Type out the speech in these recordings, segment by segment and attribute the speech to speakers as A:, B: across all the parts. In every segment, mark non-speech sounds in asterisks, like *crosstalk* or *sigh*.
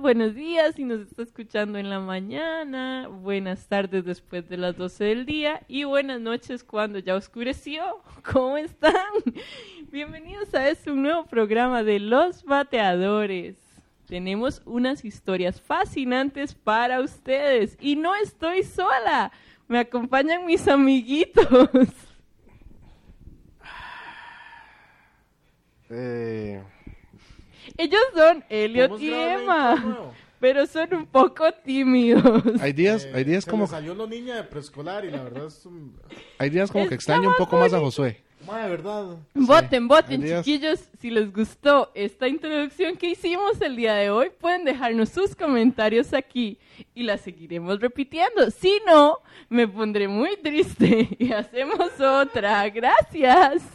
A: buenos días si nos está escuchando en la mañana, buenas tardes después de las 12 del día y buenas noches cuando ya oscureció. *laughs* ¿Cómo están? Bienvenidos a este nuevo programa de Los Bateadores. Tenemos unas historias fascinantes para ustedes y no estoy sola, me acompañan mis amiguitos. *laughs*
B: Eh,
A: Ellos son Elliot
C: ¿Podemos
A: y
C: grabar la intro de
A: Emma,
C: nuevo?
A: pero son un poco tímidos.
B: hay días,
C: Eh,
B: hay días
C: se
B: como,
C: me salió la niña de preescolar y la verdad es un...
B: hay días como que extraño un
A: Estaba
B: poco más a Josué.
C: Ma, de verdad.
A: Voten, voten,
B: Adiós.
A: chiquillos. Si les gustó esta introducción que hicimos el día de hoy, pueden dejarnos sus comentarios aquí y la seguiremos repitiendo. Si no, me pondré muy triste *laughs* y hacemos otra. Gracias.
B: Eh,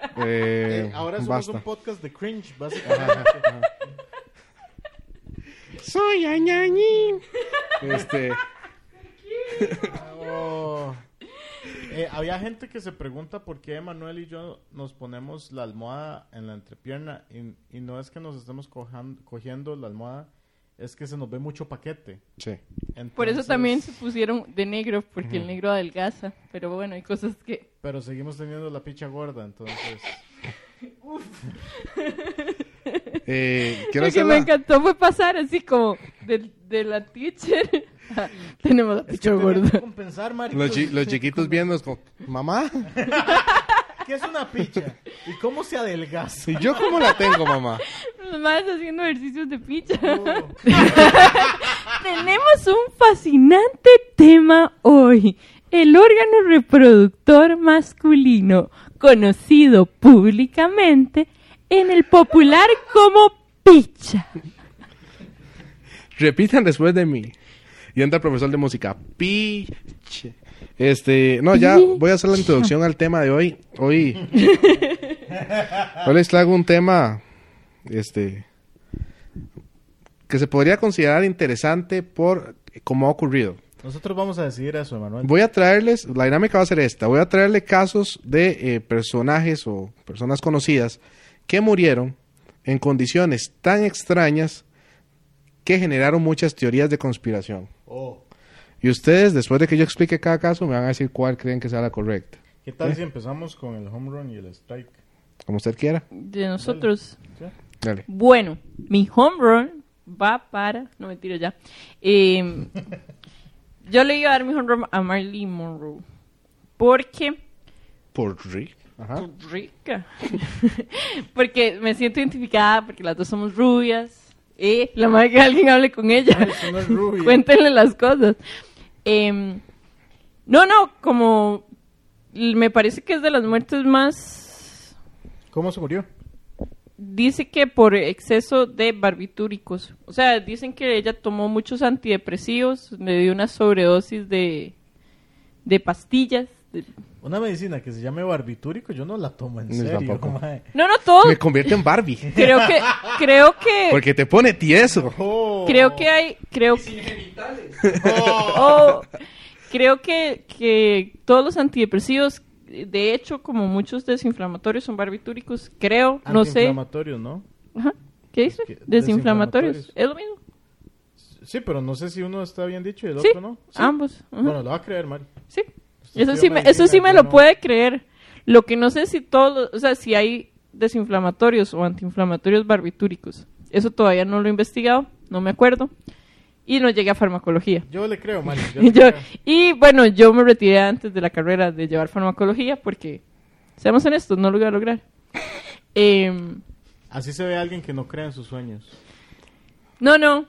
C: *laughs* Eh, ahora somos
B: basta.
C: un podcast de cringe, básicamente.
B: Soy Añañi. Este,
C: Oh. Eh, había gente que se pregunta por qué Emanuel y yo nos ponemos la almohada en la entrepierna y, y no es que nos estemos cojan- cogiendo la almohada, es que se nos ve mucho paquete.
B: sí.
A: Por eso
C: Entonces-
A: también se pusieron de negro, porque el negro adelgaza. Pero bueno, hay cosas que...
C: Pero seguimos teniendo la picha gorda, entonces...
B: Eh, quiero
A: Lo que
B: hacer
A: me
B: la-
A: encantó fue pasar así como de, de la teacher. *laughs* a- Tenemos la teacher
C: Tenemos
A: *laughs*
C: que
A: gorda.
C: compensar, marica.
B: los, chi- los chiquitos viendo es como, mamá,
C: ¿Qué es una picha? ¿Y cómo se adelgaza?
B: ¿y yo cómo la tengo, mamá?
A: Los más haciendo ejercicios de picha.
C: Oh.
A: Tenemos un fascinante tema hoy. El órgano reproductor masculino, conocido públicamente en el popular como picha.
B: Repitan después de mí. Y entra el profesor de música. Piche. Este, no, ya voy a hacer la introducción al tema de hoy. Hoy, hoy les traigo un tema, este, que se podría considerar interesante por cómo ha ocurrido.
C: *laughs* Nosotros vamos a decidir eso, Emanuel.
B: Voy a traerles, la dinámica va a ser esta, voy a traerle casos de eh, personajes o personas conocidas que murieron en condiciones tan extrañas que generaron muchas teorías de conspiración.
C: Oh.
B: Y ustedes, después de que yo explique cada caso, me van a decir cuál creen que sea la correcta.
C: ¿Qué tal si empezamos con el home run y el strike?
B: Como usted quiera.
A: De nosotros.
C: ¿Sí?
B: Dale.
A: Bueno, mi home run va para. No me tiro ya. Eh, yo le iba a dar mi home run a Marley Monroe. Porque.
B: Por Rick. Ajá.
A: Pues, Rica. *laughs* porque me siento identificada, porque las dos somos rubias. Eh, la madre que alguien hable con ella.
C: Ay, eso no es
A: *laughs*
C: rubia.
A: Cuéntenle las cosas. Em, no, no, como l- me parece que es de las muertes más...
C: ¿Cómo se murió?
A: Dice que por exceso de barbitúricos. O sea, dicen que ella tomó muchos antidepresivos, le dio una sobredosis de, de pastillas. de-
C: Una medicina que se llame barbitúrico, yo no la tomo en
B: Ni
C: serio.
B: tampoco.
C: *laughs* mae.
A: No, no, todo.
B: Me convierte
A: *laughs*
B: en Barbie.
A: Creo que... Creo
B: *laughs*
A: que...
B: Porque te pone tieso.
C: Oh.
A: *laughs* Creo que hay, creo que... *laughs* Oh, creo que, que todos los antidepresivos, de hecho, como muchos desinflamatorios son barbitúricos, creo, no sé.
C: Antiinflamatorios, ¿no?
A: Ajá. ¿Qué dice?
C: Que-
A: Desinflamatorios.
C: desinflamatorios.
A: Es lo mismo.
C: Sí, pero no sé si uno está bien dicho y el
A: Sí,
C: otro no. Sí.
A: ambos. ajá,
C: Bueno, lo va a creer, Mari.
A: sí.
C: usted
A: Eso
C: estudió
A: sí, me, eso
C: medicina,
A: sí me
C: yo
A: lo
C: no.
A: puede creer. Lo que no sé si todos, los- o sea, si hay desinflamatorios o antiinflamatorios barbitúricos. Eso todavía no lo he investigado, no me acuerdo. Y no llegué a farmacología.
C: Yo le creo, Mari.
A: *laughs*
C: yo
A: Y
C: le
A: yo-
C: creo.
A: y bueno, yo me retiré antes de la carrera de llevar farmacología porque, seamos honestos, no lo iba a lograr. Em,
C: Así se ve alguien que no cree en sus sueños.
A: no, no,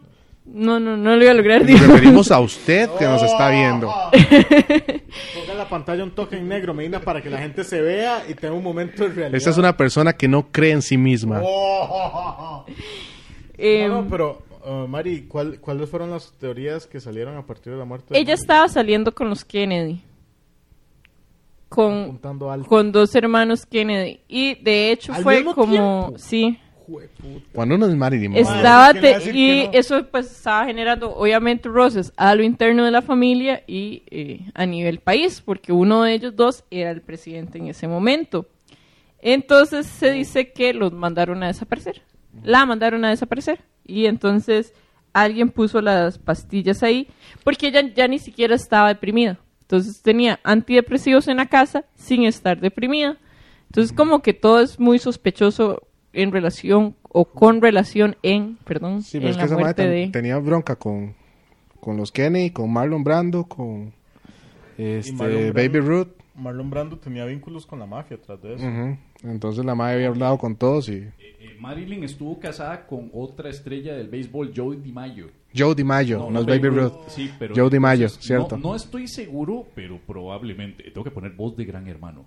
A: no, no, no lo iba a lograr.
B: Nos
A: digo.
B: referimos a usted que nos está viendo.
C: Ponga la pantalla un toque en negro, Medina, para que la gente se vea y tenga un momento de realidad.
B: Esta es una persona que no cree en sí misma.
C: *laughs* Oh.
A: *laughs* Em,
C: No, no, pero, uh, Mari, ¿cuál- ¿cuáles fueron las teorías que salieron a partir de la muerte? de
A: ella
C: Mari?
A: estaba saliendo con los Kennedy, con,
C: Apuntando alto.
A: con dos hermanos Kennedy. Y de hecho
C: ¿Al
A: fue
C: mismo
A: como,
C: tiempo?
A: sí,
C: Jueputa.
B: Cuando uno es Marilyn Monroe.
A: estaba
C: ¿qué le va
A: te-
C: a decir
A: y
C: que no?
A: eso pues estaba generando obviamente roces a lo interno de la familia y eh, a nivel país porque uno de ellos dos era el presidente en ese momento entonces se dice que los mandaron a desaparecer la mandaron a desaparecer y entonces alguien puso las pastillas ahí porque ella ya ni siquiera estaba deprimida. Entonces tenía antidepresivos en la casa sin estar deprimida. Entonces como que todo es muy sospechoso en relación o con relación en, perdón,
B: Sí,
A: en
B: pero es
A: la
B: que esa madre
A: muerte
B: ten-
A: de...
B: tenía bronca con, con los Kenny, con Marlon Brando, con este,
C: Marlon Brando.
B: Baby Ruth.
C: Marlon Brando tenía vínculos con la mafia tras de eso.
B: Ujú. Entonces la madre había hablado con todos y...
D: Eh, eh, Marilyn estuvo casada con otra estrella del béisbol, Joe DiMaggio.
B: Joe DiMaggio, no, es Baby Ruth.
D: Sí, pero
B: Joe DiMaggio,
D: entonces,
B: cierto.
D: No, no estoy seguro, pero probablemente. eh, Tengo que poner voz de gran hermano.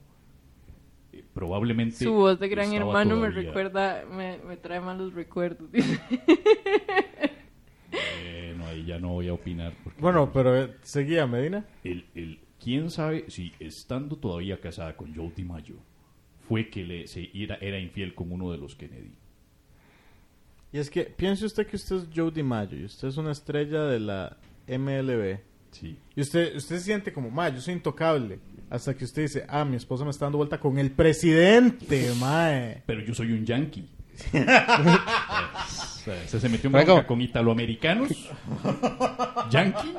D: Eh, Probablemente.
A: Su voz de gran
D: estaba
A: hermano me
D: todavía,
A: recuerda, me, me trae malos recuerdos.
D: *laughs* eh, no, ahí ya no voy a opinar. porque-
C: Bueno, pero eh, seguía Medina.
D: El, el- ¿Quién sabe si estando todavía casada con Joe DiMaggio fue que le, se era, era infiel con uno de los Kennedy?
C: Y es que piense usted que usted es Joe DiMaggio y usted es una estrella de la MLB.
D: Sí.
C: Y usted, usted se siente como, ma, yo soy intocable. Hasta que usted dice, ah, mi esposa me está dando vuelta con el presidente, mae.
D: Pero yo soy un *laughs* yankee. O sea, se, se metió en
B: Franco.
D: bronca con italoamericanos, yankee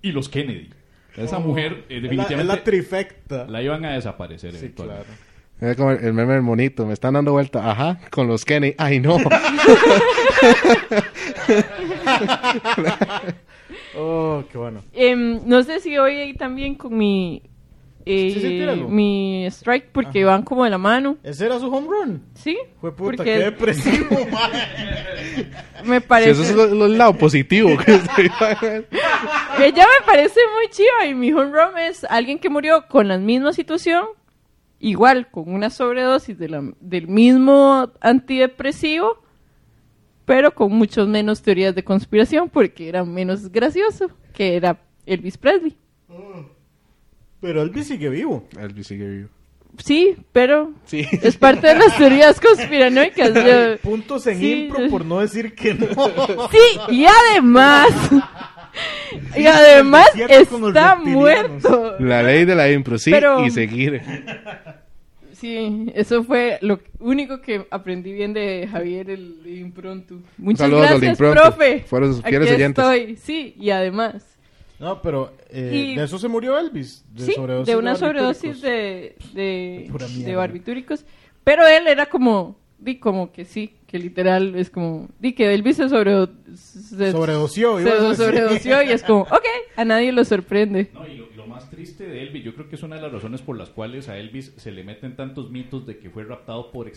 D: y los Kennedy. Esa mujer, eh,
C: Es la, es la
D: definitivamente,
C: trifecta.
D: la iban a desaparecer
C: Sí,
D: eventualmente.
C: claro.
B: Era como el, el meme del monito, me están dando vuelta, ajá, con los Kenny, ay
A: *laughs*
B: no.
C: Oh, qué bueno.
A: Em, no sé si hoy ahí también con mi eh,
C: Sí, sí, tíralo.
A: mi strike porque van como de la mano.
C: Ese era su home run.
A: ¿Sí?
C: Fue puta,
A: porque
C: qué depresivo,
A: *laughs*
C: mae.
A: me
B: Si
A: parece
B: eso es lo- lo- el lado positivo. que estoy-
A: ella me parece muy chiva y mi home run es alguien que murió con la misma situación, igual con una sobredosis de la- del mismo antidepresivo, pero con muchos menos teorías de conspiración porque era menos gracioso que era Elvis Presley.
C: Pero Elvis sigue vivo.
B: *laughs* Elvis sigue vivo.
A: Sí, pero
B: Sí.
A: es parte de las teorías conspiranoicas. yo-
C: Puntos en
A: Sí,
C: impro por no decir
A: *laughs*
C: que no.
A: Sí, y además. y además
C: el desierto con los
A: está
C: reptilianos.
A: muerto.
B: La ley de la impro, sí,
A: Pero-
B: y seguir.
A: Sí, eso fue lo único que aprendí bien de Javier el impromptu. Muchas
B: saludo al del
A: gracias,
B: Impronto.
A: profe.
B: Fueron sus fieles
A: Aquí
B: oyentes.
A: estoy. Sí, y además.
C: No, pero eh,
A: Y-
C: de eso se murió Elvis. De
A: sí,
C: sobredosis
A: de una
C: barbitúricos.
A: sobredosis de, de,
C: De pura
A: de
C: mierda.
A: barbitúricos. Pero él era como, di como que sí, que literal es como, di que Elvis se, sobredo, se-
C: Sobredosió,
A: se
C: iba a decir.
A: sobredosió y es como, ok, a nadie lo sorprende.
D: No, y lo, lo más triste de Elvis, yo creo que es una de las razones por las cuales a Elvis se le meten tantos mitos de que fue raptado por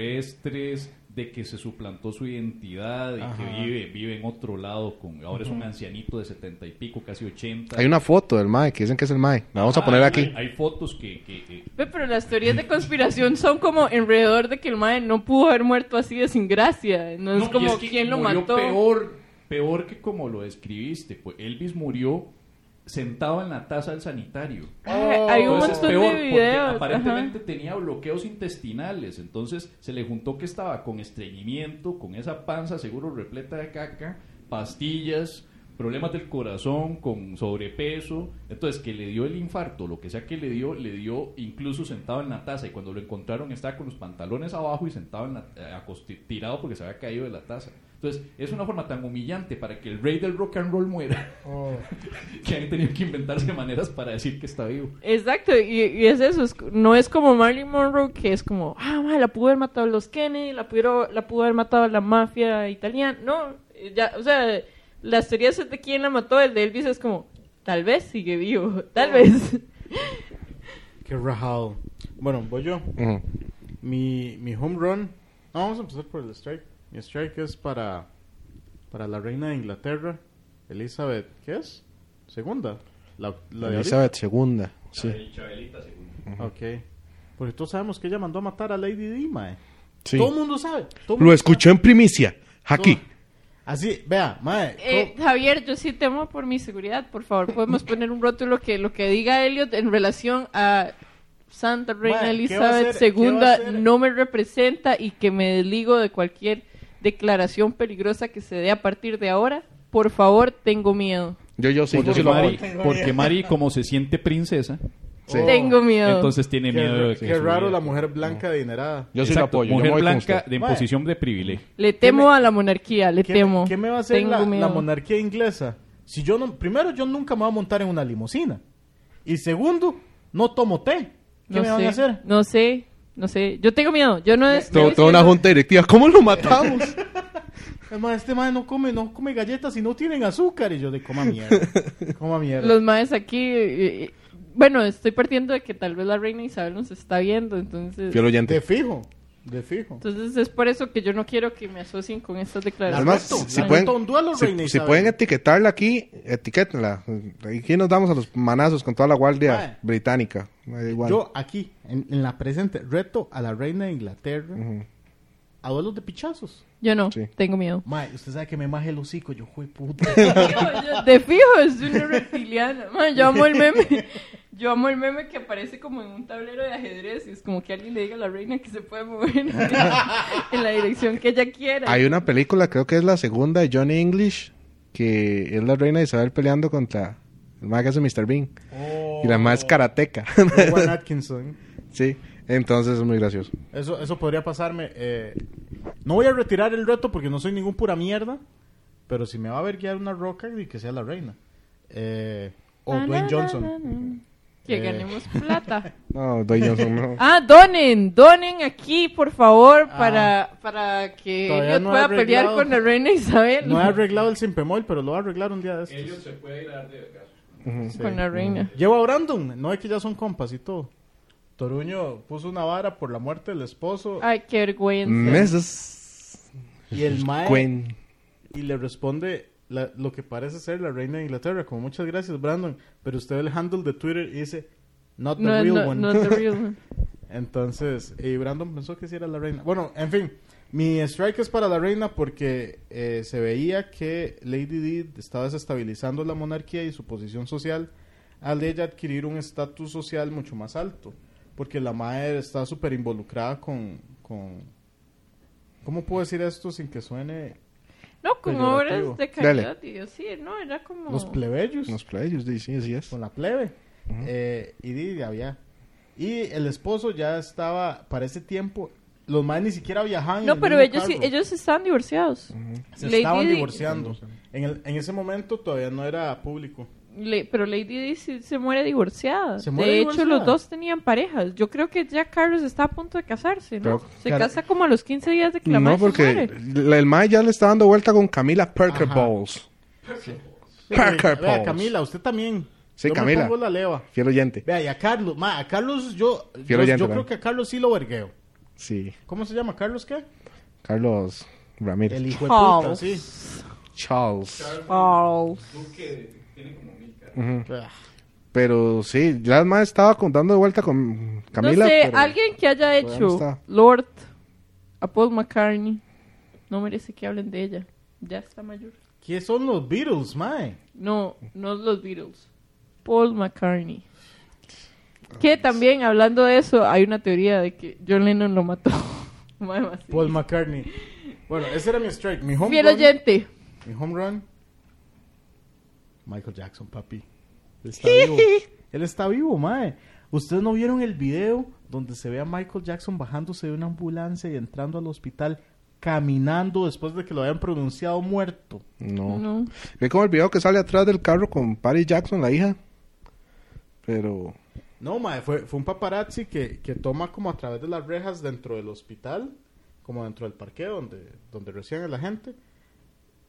D: extraterrestres, de que se suplantó su identidad, y que vive, vive en otro lado, con ahora es un ancianito de setenta y pico, casi ochenta.
B: Hay una foto del Mae que dicen que es el Mae. La vamos a poner
D: Ah,
B: aquí.
D: Hay, hay fotos que... que- que-
A: Ve, Pero las teorías de conspiración son como alrededor de que el mae no pudo haber muerto así de sin gracia. No es
D: No, y
A: como
D: que
A: quién lo
D: murió
A: mató.
D: Peor, peor que como lo describiste, pues Elvis murió sentado en la taza del sanitario.
A: Ay, hay un
D: Entonces,
A: montón
D: Pues, peor,
A: de
D: porque
A: videos. ajá.
D: aparentemente tenía bloqueos intestinales, entonces se le juntó que estaba con estreñimiento, con esa panza seguro repleta de caca, pastillas, problemas del corazón, con sobrepeso, entonces que le dio el infarto, lo que sea que le dio, le dio incluso sentado en la taza y cuando lo encontraron estaba con los pantalones abajo y sentado en la, eh, acosti- tirado porque se había caído de la taza. Entonces es una forma tan humillante para que el rey del rock and roll muera
C: Oh.
D: *laughs* que han tenido que inventarse maneras para decir que está vivo.
A: Exacto, y, y es eso, es- no es como Marilyn Monroe que es como, ah, ma, la pudo haber matado los Kennedy, la, pudieron, la pudo haber matado la mafia italiana, no, eh, ya, o sea, las teorías de quién la mató, el de Elvis es como, tal vez sigue vivo, tal vez.
C: Qué rajado. Bueno, voy yo.
B: Ujú.
C: Mi, mi home run. No, vamos a empezar por el strike. Mi strike es para, para la reina de Inglaterra, Elizabeth. ¿Qué es? Segunda. La, la de
B: Elizabeth II. Sí.
D: Chabelita según.
C: ahorita. Ok. Porque todos sabemos que ella mandó a matar a Lady Di, mae.
B: Sí.
C: Todo el mundo sabe. todo
B: Lo
C: mundo
B: escuché en primicia. Aquí.
C: Todo. Así, vea, mae.
A: Eh,
C: todo-
A: Javier, yo sí temo por mi seguridad, por favor,
C: *laughs*
A: podemos poner un rótulo que lo que diga Elliot en relación a Santa Reina
C: Mae, ¿qué va a
A: Elizabeth
C: hacer? ¿Qué va a
A: II
C: hacer?
A: no me representa y que me desligo de cualquier declaración peligrosa que se dé a partir de ahora. Por favor, tengo miedo.
B: Yo, yo sí, yo sí
D: Porque,
B: lo
D: Mari,
B: apoyo.
D: porque Mari, como se siente princesa,
B: Sí.
C: Oh,
A: Tengo miedo.
D: Entonces tiene
C: qué,
D: miedo de que
C: qué
D: su
C: raro
D: vida-
C: la mujer blanca adinerada.
B: Yo sí lo
D: Exacto,
B: apoyo. yo
D: Mujer
B: me voy con
D: blanca
B: usted.
D: de en
C: Mae.
D: posición de privilegio.
A: le temo
C: me-
A: a la monarquía, le
C: ¿Qué,
A: temo.
C: qué me va a hacer
A: Tengo
C: la, la
A: miedo.
C: monarquía inglesa? Si yo no, primero, yo nunca me voy a montar en una limusina. Y segundo, no tomo té. ¿Qué
A: No
C: me van
A: sé,
C: a hacer?
A: No sé, no sé. Yo tengo miedo. Yo no estoy
B: Todo- toda una
A: diciendo-
B: junta directiva. ¿Cómo lo matamos?
C: *laughs* Además, este madre no come, no come galletas y no tienen azúcar. Y yo de
A: *laughs*
C: coma mierda. coma mierda.
A: Los maes aquí... eh, eh, bueno, estoy partiendo de que tal vez la reina Isabel nos está viendo, entonces...
B: Fiel
C: De
B: oyente.
C: fijo. De fijo.
A: Entonces es por eso que yo no quiero que me asocien con estas declaraciones.
B: Además,
C: reto,
B: si
C: la
B: pueden,
C: reto, un duelo,
B: si-
C: Reina
B: si
C: Isabel.
B: pueden etiquetarla aquí, etiquétenla. Aquí nos damos a los manazos con toda la guardia
C: Mae.
B: británica. Me da igual.
C: Yo aquí, en, en la presente, reto a la reina de Inglaterra a duelos de pichazos.
A: Yo no,
B: Sí.
A: tengo miedo.
C: Mae, usted sabe que me maje el hocico. Yo, jue puta.
B: *laughs*
A: Yo- yo- de fijo, es una reptiliana. Man, yo amo el meme. Yo amo el meme que aparece como en un tablero de ajedrez y es como que alguien le diga a la reina que se puede mover *laughs* en la dirección que ella quiera.
B: Hay una película, creo que es la segunda de Johnny English, que es la reina Isabel peleando contra el más que hace Mr. Bean. Y la más karateca. *laughs*
C: Rowan Oh, Atkinson.
B: sí, entonces es muy gracioso.
C: Eso, eso podría pasarme. eh, no voy a retirar el reto porque no soy ningún pura mierda. Pero si me va a ver guiar una roca, y que sea la reina. Eh, o
A: Na, na,
C: Dwayne
A: na, na,
C: Johnson.
A: na. Que
C: Eh.
A: ganemos plata.
B: No, Dwayne
C: *laughs*
B: Johnson no.
A: Ah, donen, donen aquí, por favor, para, para que
C: Ah. Todavía
A: Elliot
C: no he
A: pueda pelear
C: arreglado.
A: con la reina Isabel.
C: No he arreglado el simpemol, pero lo voy a arreglar un día de estos.
D: se puede ir a de
A: *laughs* Con la reina.
C: Llevo a Brandon. No es que ya son compas y todo. Toruño puso una vara por la muerte del esposo
A: Ay, qué vergüenza.
B: Meses.
C: y el mae
B: Cuen.
C: y le responde la- lo que parece ser la reina de Inglaterra, como muchas gracias Brandon, pero usted ve el handle de Twitter y dice not the
A: No,
C: real
A: no,
C: one.
A: no, the real one.
C: *laughs* Entonces, y Brandon pensó que sí era la reina. Bueno, en fin, mi strike es para la reina porque eh, se veía que Lady Di estaba desestabilizando la monarquía y su posición social al de ella adquirir un estatus social mucho más alto. Porque la madre está súper involucrada con, con... ¿Cómo puedo decir esto sin que suene
A: No, con
C: Peyorativo.
A: obras de
B: Dale.
A: caridad, digo, sí, no, era como...
C: los plebeyos?
B: Los players, sí, sí, así es.
C: con la plebe. Eh, y di- había. Y el esposo ya estaba, para ese tiempo, los más ni siquiera viajaban. en
A: No,
C: el
A: pero
C: mismo
A: ellos, sí-
C: carro.
A: ellos estaban divorciados.
C: se
A: Lady
C: estaban
A: Di-
C: divorciando. En, el- en ese momento todavía no era
B: *laughs*
C: público.
A: Le- pero Lady Di sí se muere divorciada.
C: Se muere
A: de hecho,
C: divorciada.
A: los dos tenían parejas. Yo creo que ya Carlos está a punto de casarse, ¿no?
B: Pero-
A: se
C: Car-
A: casa como a los 15 días de que la
B: No,
A: madre se
B: porque
A: muere.
B: la- el Mae ya le está dando vuelta con Camila Parker
C: Ajá.
B: Bowles. Parker
C: Vea, vea,
B: Bowles.
C: Camila, usted también.
B: Sí,
C: Yo me
B: Camila.
C: pongo la leva.
B: Fiel oyente.
C: Vea, y a Carlos, ma, a Carlos yo, yo,
B: oyente,
C: yo
B: ¿no?
C: creo que a Carlos sí lo vergueo.
B: Sí,
C: ¿Cómo se llama? ¿Carlos qué?
B: Carlos Ramírez.
C: El hijo de puta,
A: Charles.
C: sí.
B: Charles.
A: Charles.
B: Ujú.
C: Ah,
B: Pero sí, ya el Mae estaba con- dando vuelta con Camila.
A: no sé,
B: pero-
A: alguien que haya
B: no
A: hecho
B: está.
A: Lord a Paul McCartney no merece que hablen de ella. Ya está mayor.
C: ¿Qué son los Beatles, mae?
A: No, no los Beatles. Paul McCartney. Que también, hablando de eso, hay una teoría de que John Lennon lo mató. *laughs* Mamá, sí.
C: Paul McCartney. Bueno, ese era mi strike. Mi home
A: Fiel
C: run-
A: oyente.
C: Mi home run. Michael Jackson, papi. Él está vivo. Él está vivo, mae. Ustedes no vieron el video donde se ve a Michael Jackson bajándose de una ambulancia y entrando al hospital caminando después de que lo habían pronunciado muerto.
B: No.
A: No.
B: Ve como el video que sale atrás del carro con Paris Jackson, la hija. Pero.
C: No, mae, fue, fue un paparazzi que, que toma como a través de las rejas dentro del hospital, como dentro del parqueo donde, donde reciben a la gente,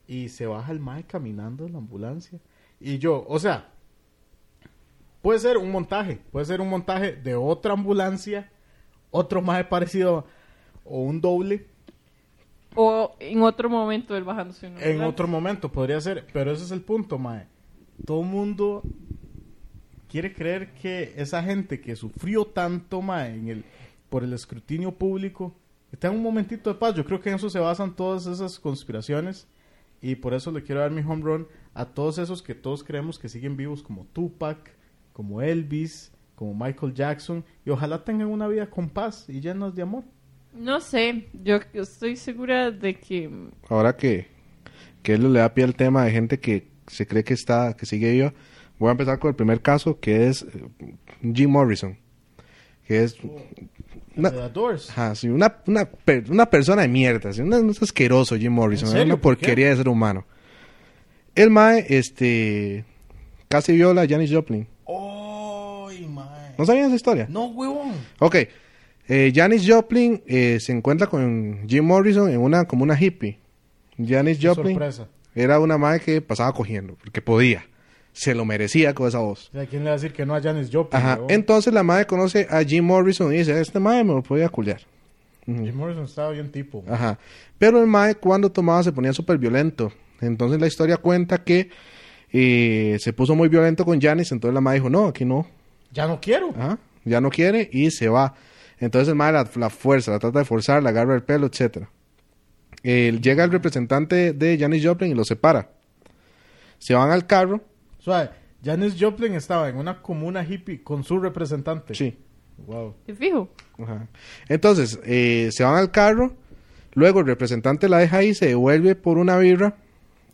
C: y se baja el mae caminando de la ambulancia. Y yo, o sea, puede ser un montaje, puede ser un montaje de otra ambulancia, otro mae parecido, o un doble,
A: O en otro momento él bajándose de un
C: en
A: avión.
C: otro momento podría ser, pero ese es el punto, mae. Todo mundo quiere creer que esa gente que sufrió tanto, mae, en el, por el escrutinio público, está en un momentito de paz. Yo creo que en eso se basan todas esas conspiraciones y por eso le quiero dar mi home run a todos esos que todos creemos que siguen vivos como Tupac, como Elvis, como Michael Jackson y ojalá tengan una vida con paz y llenos de amor.
A: No sé, yo estoy segura de que...
B: ahora que, que él le da pie al tema de gente que se cree que está, que sigue viva, Voy a empezar con el primer caso, que es eh, Jim Morrison. Que es una,
C: De The Doors.
B: ajá, sí, una, una per- una persona de mierda. sí, una- un asqueroso Jim Morrison.
C: ¿En
B: era
C: serio?
B: Una
C: ¿Por qué?
B: porquería de ser humano. El Mae, este. Casi viola a Janis Joplin.
C: ¡Ay, mae!
B: ¿No sabían esa historia?
C: No, huevón.
B: Ok. Eh, Janis Joplin eh, se encuentra con Jim Morrison en una, como una hippie. Janis
C: Qué
B: Joplin
C: sorpresa.
B: era una madre que pasaba cogiendo, porque podía. Se lo merecía con esa voz.
C: O sea, ¿quién le va a decir que no a Janis Joplin?
B: Ajá.
C: huevón?
B: Entonces la madre conoce a Jim Morrison y dice, este madre me lo podía culiar.
C: Jim Morrison estaba bien tipo.
B: Ajá. Pero el mae cuando tomaba se ponía súper violento. Entonces la historia cuenta que eh, se puso muy violento con Janis, entonces la madre dijo, no, aquí no.
C: Ya no quiero.
B: Ajá. Ya no quiere y se va. Entonces el mae la, la fuerza, la trata de forzar, la agarra el pelo, etcétera. Eh, llega el representante de Janis Joplin y lo separa. Se van al carro.
C: Suave. Janis Joplin estaba en una comuna hippie con su representante.
B: Sí.
C: Wow.
A: ¿Te fijo?
B: Ajá. Entonces, eh, se van al carro, luego el representante la deja ahí, se devuelve por una birra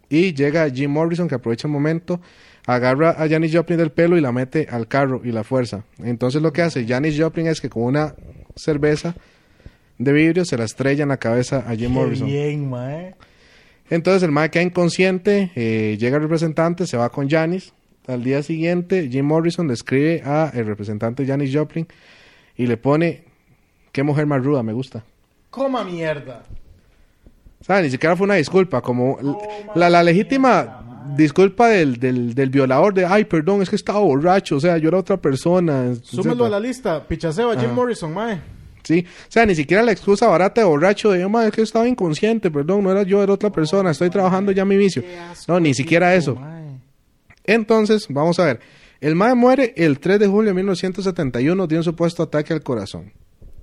B: y llega Jim Morrison que aprovecha el momento, agarra a Janis Joplin del pelo y la mete al carro y la fuerza. Entonces lo que hace Janis Joplin es que con una cerveza de vidrio se la estrella en la cabeza a Jim Morrison.
C: bien, mae.
B: Entonces el mae queda inconsciente, eh, llega el representante, se va con Janis. Al día siguiente, Jim Morrison le escribe a el representante Janis Joplin y le pone, qué mujer más ruda, me gusta.
C: Coma mierda.
B: O sea, ni siquiera fue una disculpa, como l- la, la legítima disculpa del, del, del violador de, ay, perdón, es que estaba borracho, o sea, yo era otra persona.
C: Súmelo
B: etcétera.
C: a la lista. Pichaseba, Jim
B: Ajá.
C: Morrison, mae.
B: Sí, o sea, ni siquiera la excusa barata de borracho de, "Ma, es que estaba inconsciente, perdón, no era yo, era otra persona, estoy trabajando ya mi vicio. No, ni siquiera eso.
C: Mae.
B: Entonces, vamos a ver. El mae muere el 3 de julio de 1971 de un supuesto ataque al corazón.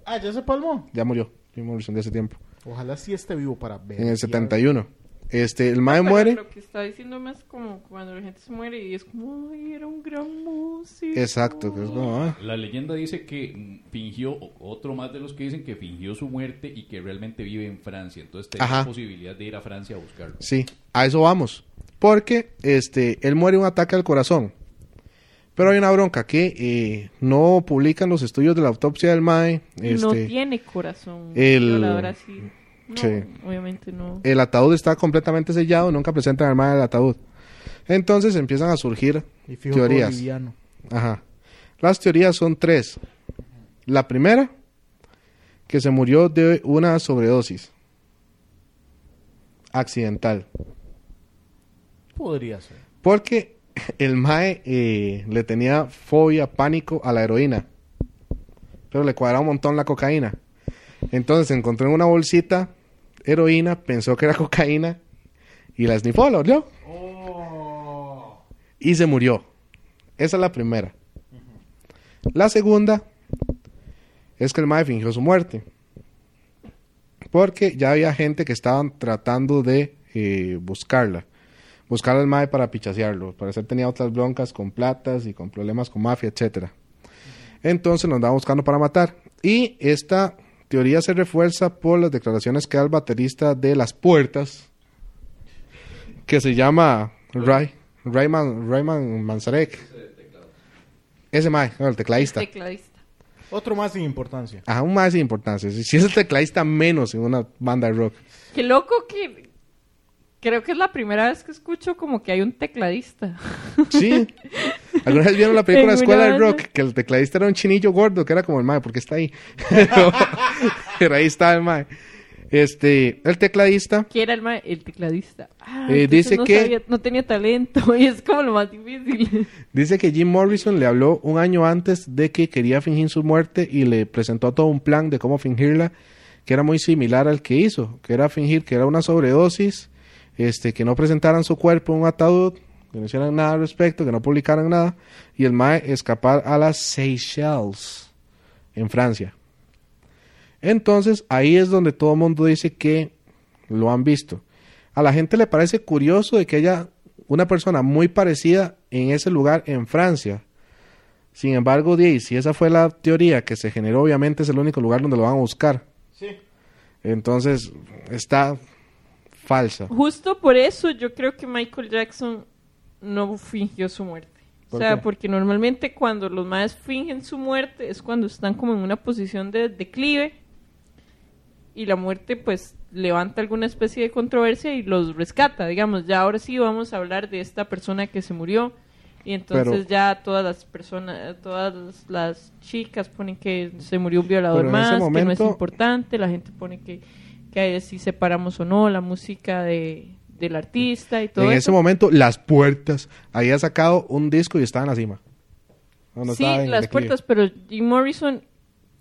C: Ah, ya se palmó.
B: Ya murió Jim Morrison de hace tiempo.
C: Ojalá sí esté vivo para ver.
B: En el 71. Este, el mae
A: Pero
B: muere.
A: Lo que está diciendo más como cuando la gente se muere y es como, ay, era un gran músico.
B: Exacto, que es como, ah.
D: La leyenda dice que mm, fingió, o- otro más de los que dicen que fingió su muerte y que realmente vive en Francia. Entonces tenía
B: Ajá.
D: la posibilidad de ir a Francia a buscarlo.
B: Sí, a eso vamos. Porque este, él muere de un ataque al corazón. Pero hay una bronca que eh, no publican los estudios de la autopsia del mae.
A: no
B: Este,
A: tiene corazón.
B: el-
A: Yo la verdad sí. No,
B: Sí.
A: obviamente no.
B: el ataúd está completamente sellado, nunca presentan al mae el ataúd. Entonces empiezan a surgir
C: Y fijo todo
B: teorías.
C: liviano.
B: Ajá. Las teorías son tres. La primera, que se murió de una sobredosis accidental.
C: Podría ser.
B: Porque el Mae eh, le tenía fobia, pánico a la heroína. Pero le cuadraba un montón la cocaína. Entonces encontró en una bolsita heroína, pensó que era *laughs* cocaína y la snifó, la olió Oh. y se murió. Esa es la primera. La segunda es que el Mae fingió su muerte. Porque ya había gente que estaban tratando de eh, buscarla. Buscar al Mae para pichasearlo. Para ser tenía otras broncas con platas y con problemas con mafia, etcétera. Entonces lo andaba buscando para matar. Y esta teoría se refuerza por las declaraciones que da el baterista de Las Puertas, que se llama Ray, Rayman, Rayman Manzarek. Ese Mae, no, el tecladista.
A: Tecladista.
C: Otro más sin
B: *laughs*
C: importancia.
B: Aún más sin importancia. Si si es el tecladista, menos en una banda de rock.
A: Qué loco que. Creo que es la primera vez que escucho como que hay un tecladista. *laughs*
B: Sí. ¿Alguna vez vieron la película
A: En una
B: Escuela de
A: banda.
B: Rock? Que el tecladista era un chinillo gordo, que era como el mae, porque está ahí. *laughs* Pero ahí está el mae. Este, el tecladista,
A: ¿Quién era el, ma- el tecladista? Ah,
B: Eh,
A: entonces
B: dice
A: no
B: que-
A: sabía- no tenía talento *laughs* y es como lo más difícil.
B: Dice que Jim Morrison le habló un año antes de que quería fingir su muerte y le presentó todo un plan de cómo fingirla, que era muy similar al que hizo, que era fingir que era una sobredosis, este, que no presentaran su cuerpo en un ataúd, que no hicieran nada al respecto, que no publicaran nada, y el Mae escapar a las Seychelles, en Francia. Entonces, ahí es donde todo el mundo dice que lo han visto. A la gente le parece curioso de que haya una persona muy parecida en ese lugar en Francia. Sin embargo, di, si esa fue la teoría que se generó, obviamente es el único lugar donde lo van a buscar.
C: Sí.
B: Entonces, está falsa.
A: Justo por eso yo creo que Michael Jackson no fingió su muerte. O
B: ¿Por
A: sea,
B: qué?
A: porque normalmente cuando los maes fingen su muerte es cuando están como en una posición de declive y la muerte pues levanta alguna especie de controversia y los rescata, digamos, ya ahora sí vamos a hablar de esta persona que se murió y entonces
B: Pero-
A: ya todas las personas, todas las chicas ponen que se murió un violador
B: Pero en
A: más,
B: ese
A: que no es
B: momento-
A: importante, la gente pone que, que ahí si separamos o no la música de, del artista y todo
B: en ese
A: eso.
B: momento, Las Puertas había sacado un disco y estaba en la cima. No, no
A: sí,
B: estaba en
A: las
B: declive.
A: puertas, pero Jim Morrison,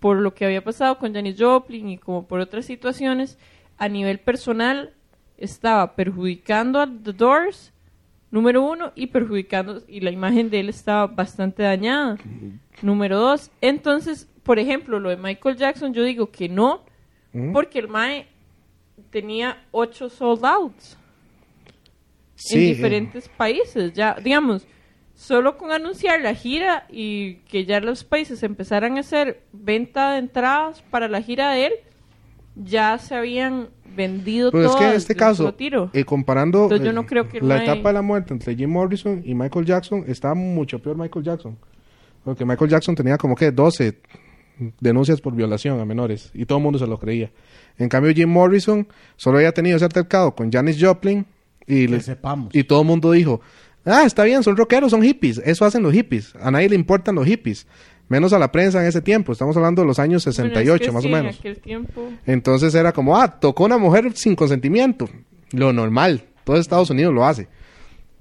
A: por lo que había pasado con Janis Joplin y como por otras situaciones, a nivel personal estaba perjudicando a The Doors, número uno, y perjudicando, y la imagen de él estaba bastante dañada, número dos. Entonces, por ejemplo, lo de Michael Jackson, yo digo que no,
B: Ujú.
A: porque el Mae tenía ocho sold outs
B: Sí,
A: en diferentes países. Ya, digamos, solo con anunciar la gira y que ya los países empezaran a hacer venta de entradas para la gira de él, ya se habían vendido
B: Pero es
A: todas
B: que en este
A: de un solo
B: caso,
A: tiro.
B: eh, comparando
A: Entonces yo
B: eh,
A: no creo que el
B: la
A: mae-
B: etapa de la muerte entre Jim Morrison y Michael Jackson, está mucho peor Michael Jackson. Porque Michael Jackson tenía como que 12 denuncias por violación a menores y todo el mundo se lo creía. En cambio, Jim Morrison solo había tenido ese altercado con Janis Joplin y,
C: Que
B: le-
C: sepamos.
B: y todo el mundo dijo, ah, está bien, son rockeros, son hippies, eso hacen los hippies, a nadie le importan los hippies, menos a la prensa en ese tiempo, estamos hablando de los años
A: Bueno, es
B: 68
A: que
B: más
A: sí,
B: o menos.
A: En aquel tiempo.
B: Entonces era como, ah, tocó una mujer sin consentimiento. Lo normal. Todo Estados Unidos lo hace.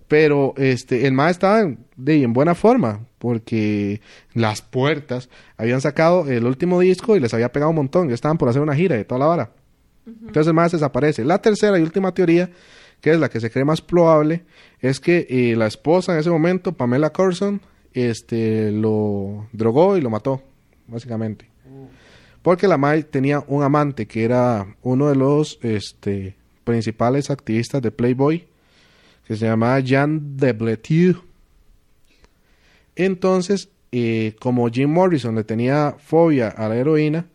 B: Pero este, el MAE estaba en, de- en buena forma porque las puertas habían sacado el último disco y les había pegado un montón. Ya estaban por hacer una gira de toda la vara. Entonces el MAE se desaparece. La tercera y última teoría, que es la que se cree más probable, es que eh, la esposa en ese momento, Pamela Corson, este, lo drogó y lo mató, básicamente. Porque la May tenía un amante que era uno de los este, principales activistas de Playboy, que se llamaba Jean de Bletieu. Entonces, eh, como Jim Morrison le tenía fobia a la heroína,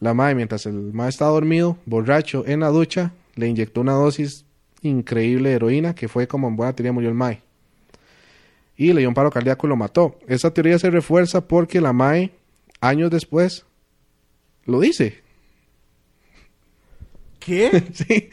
B: la May, mientras el Mae estaba dormido, borracho, en la ducha, le inyectó una dosis increíble de heroína, que fue como en buena teoría murió el Mae. Y le dio un paro cardíaco y lo mató. Esa teoría se refuerza porque la Mae, años después, lo dice.
C: ¿Qué?
B: Sí.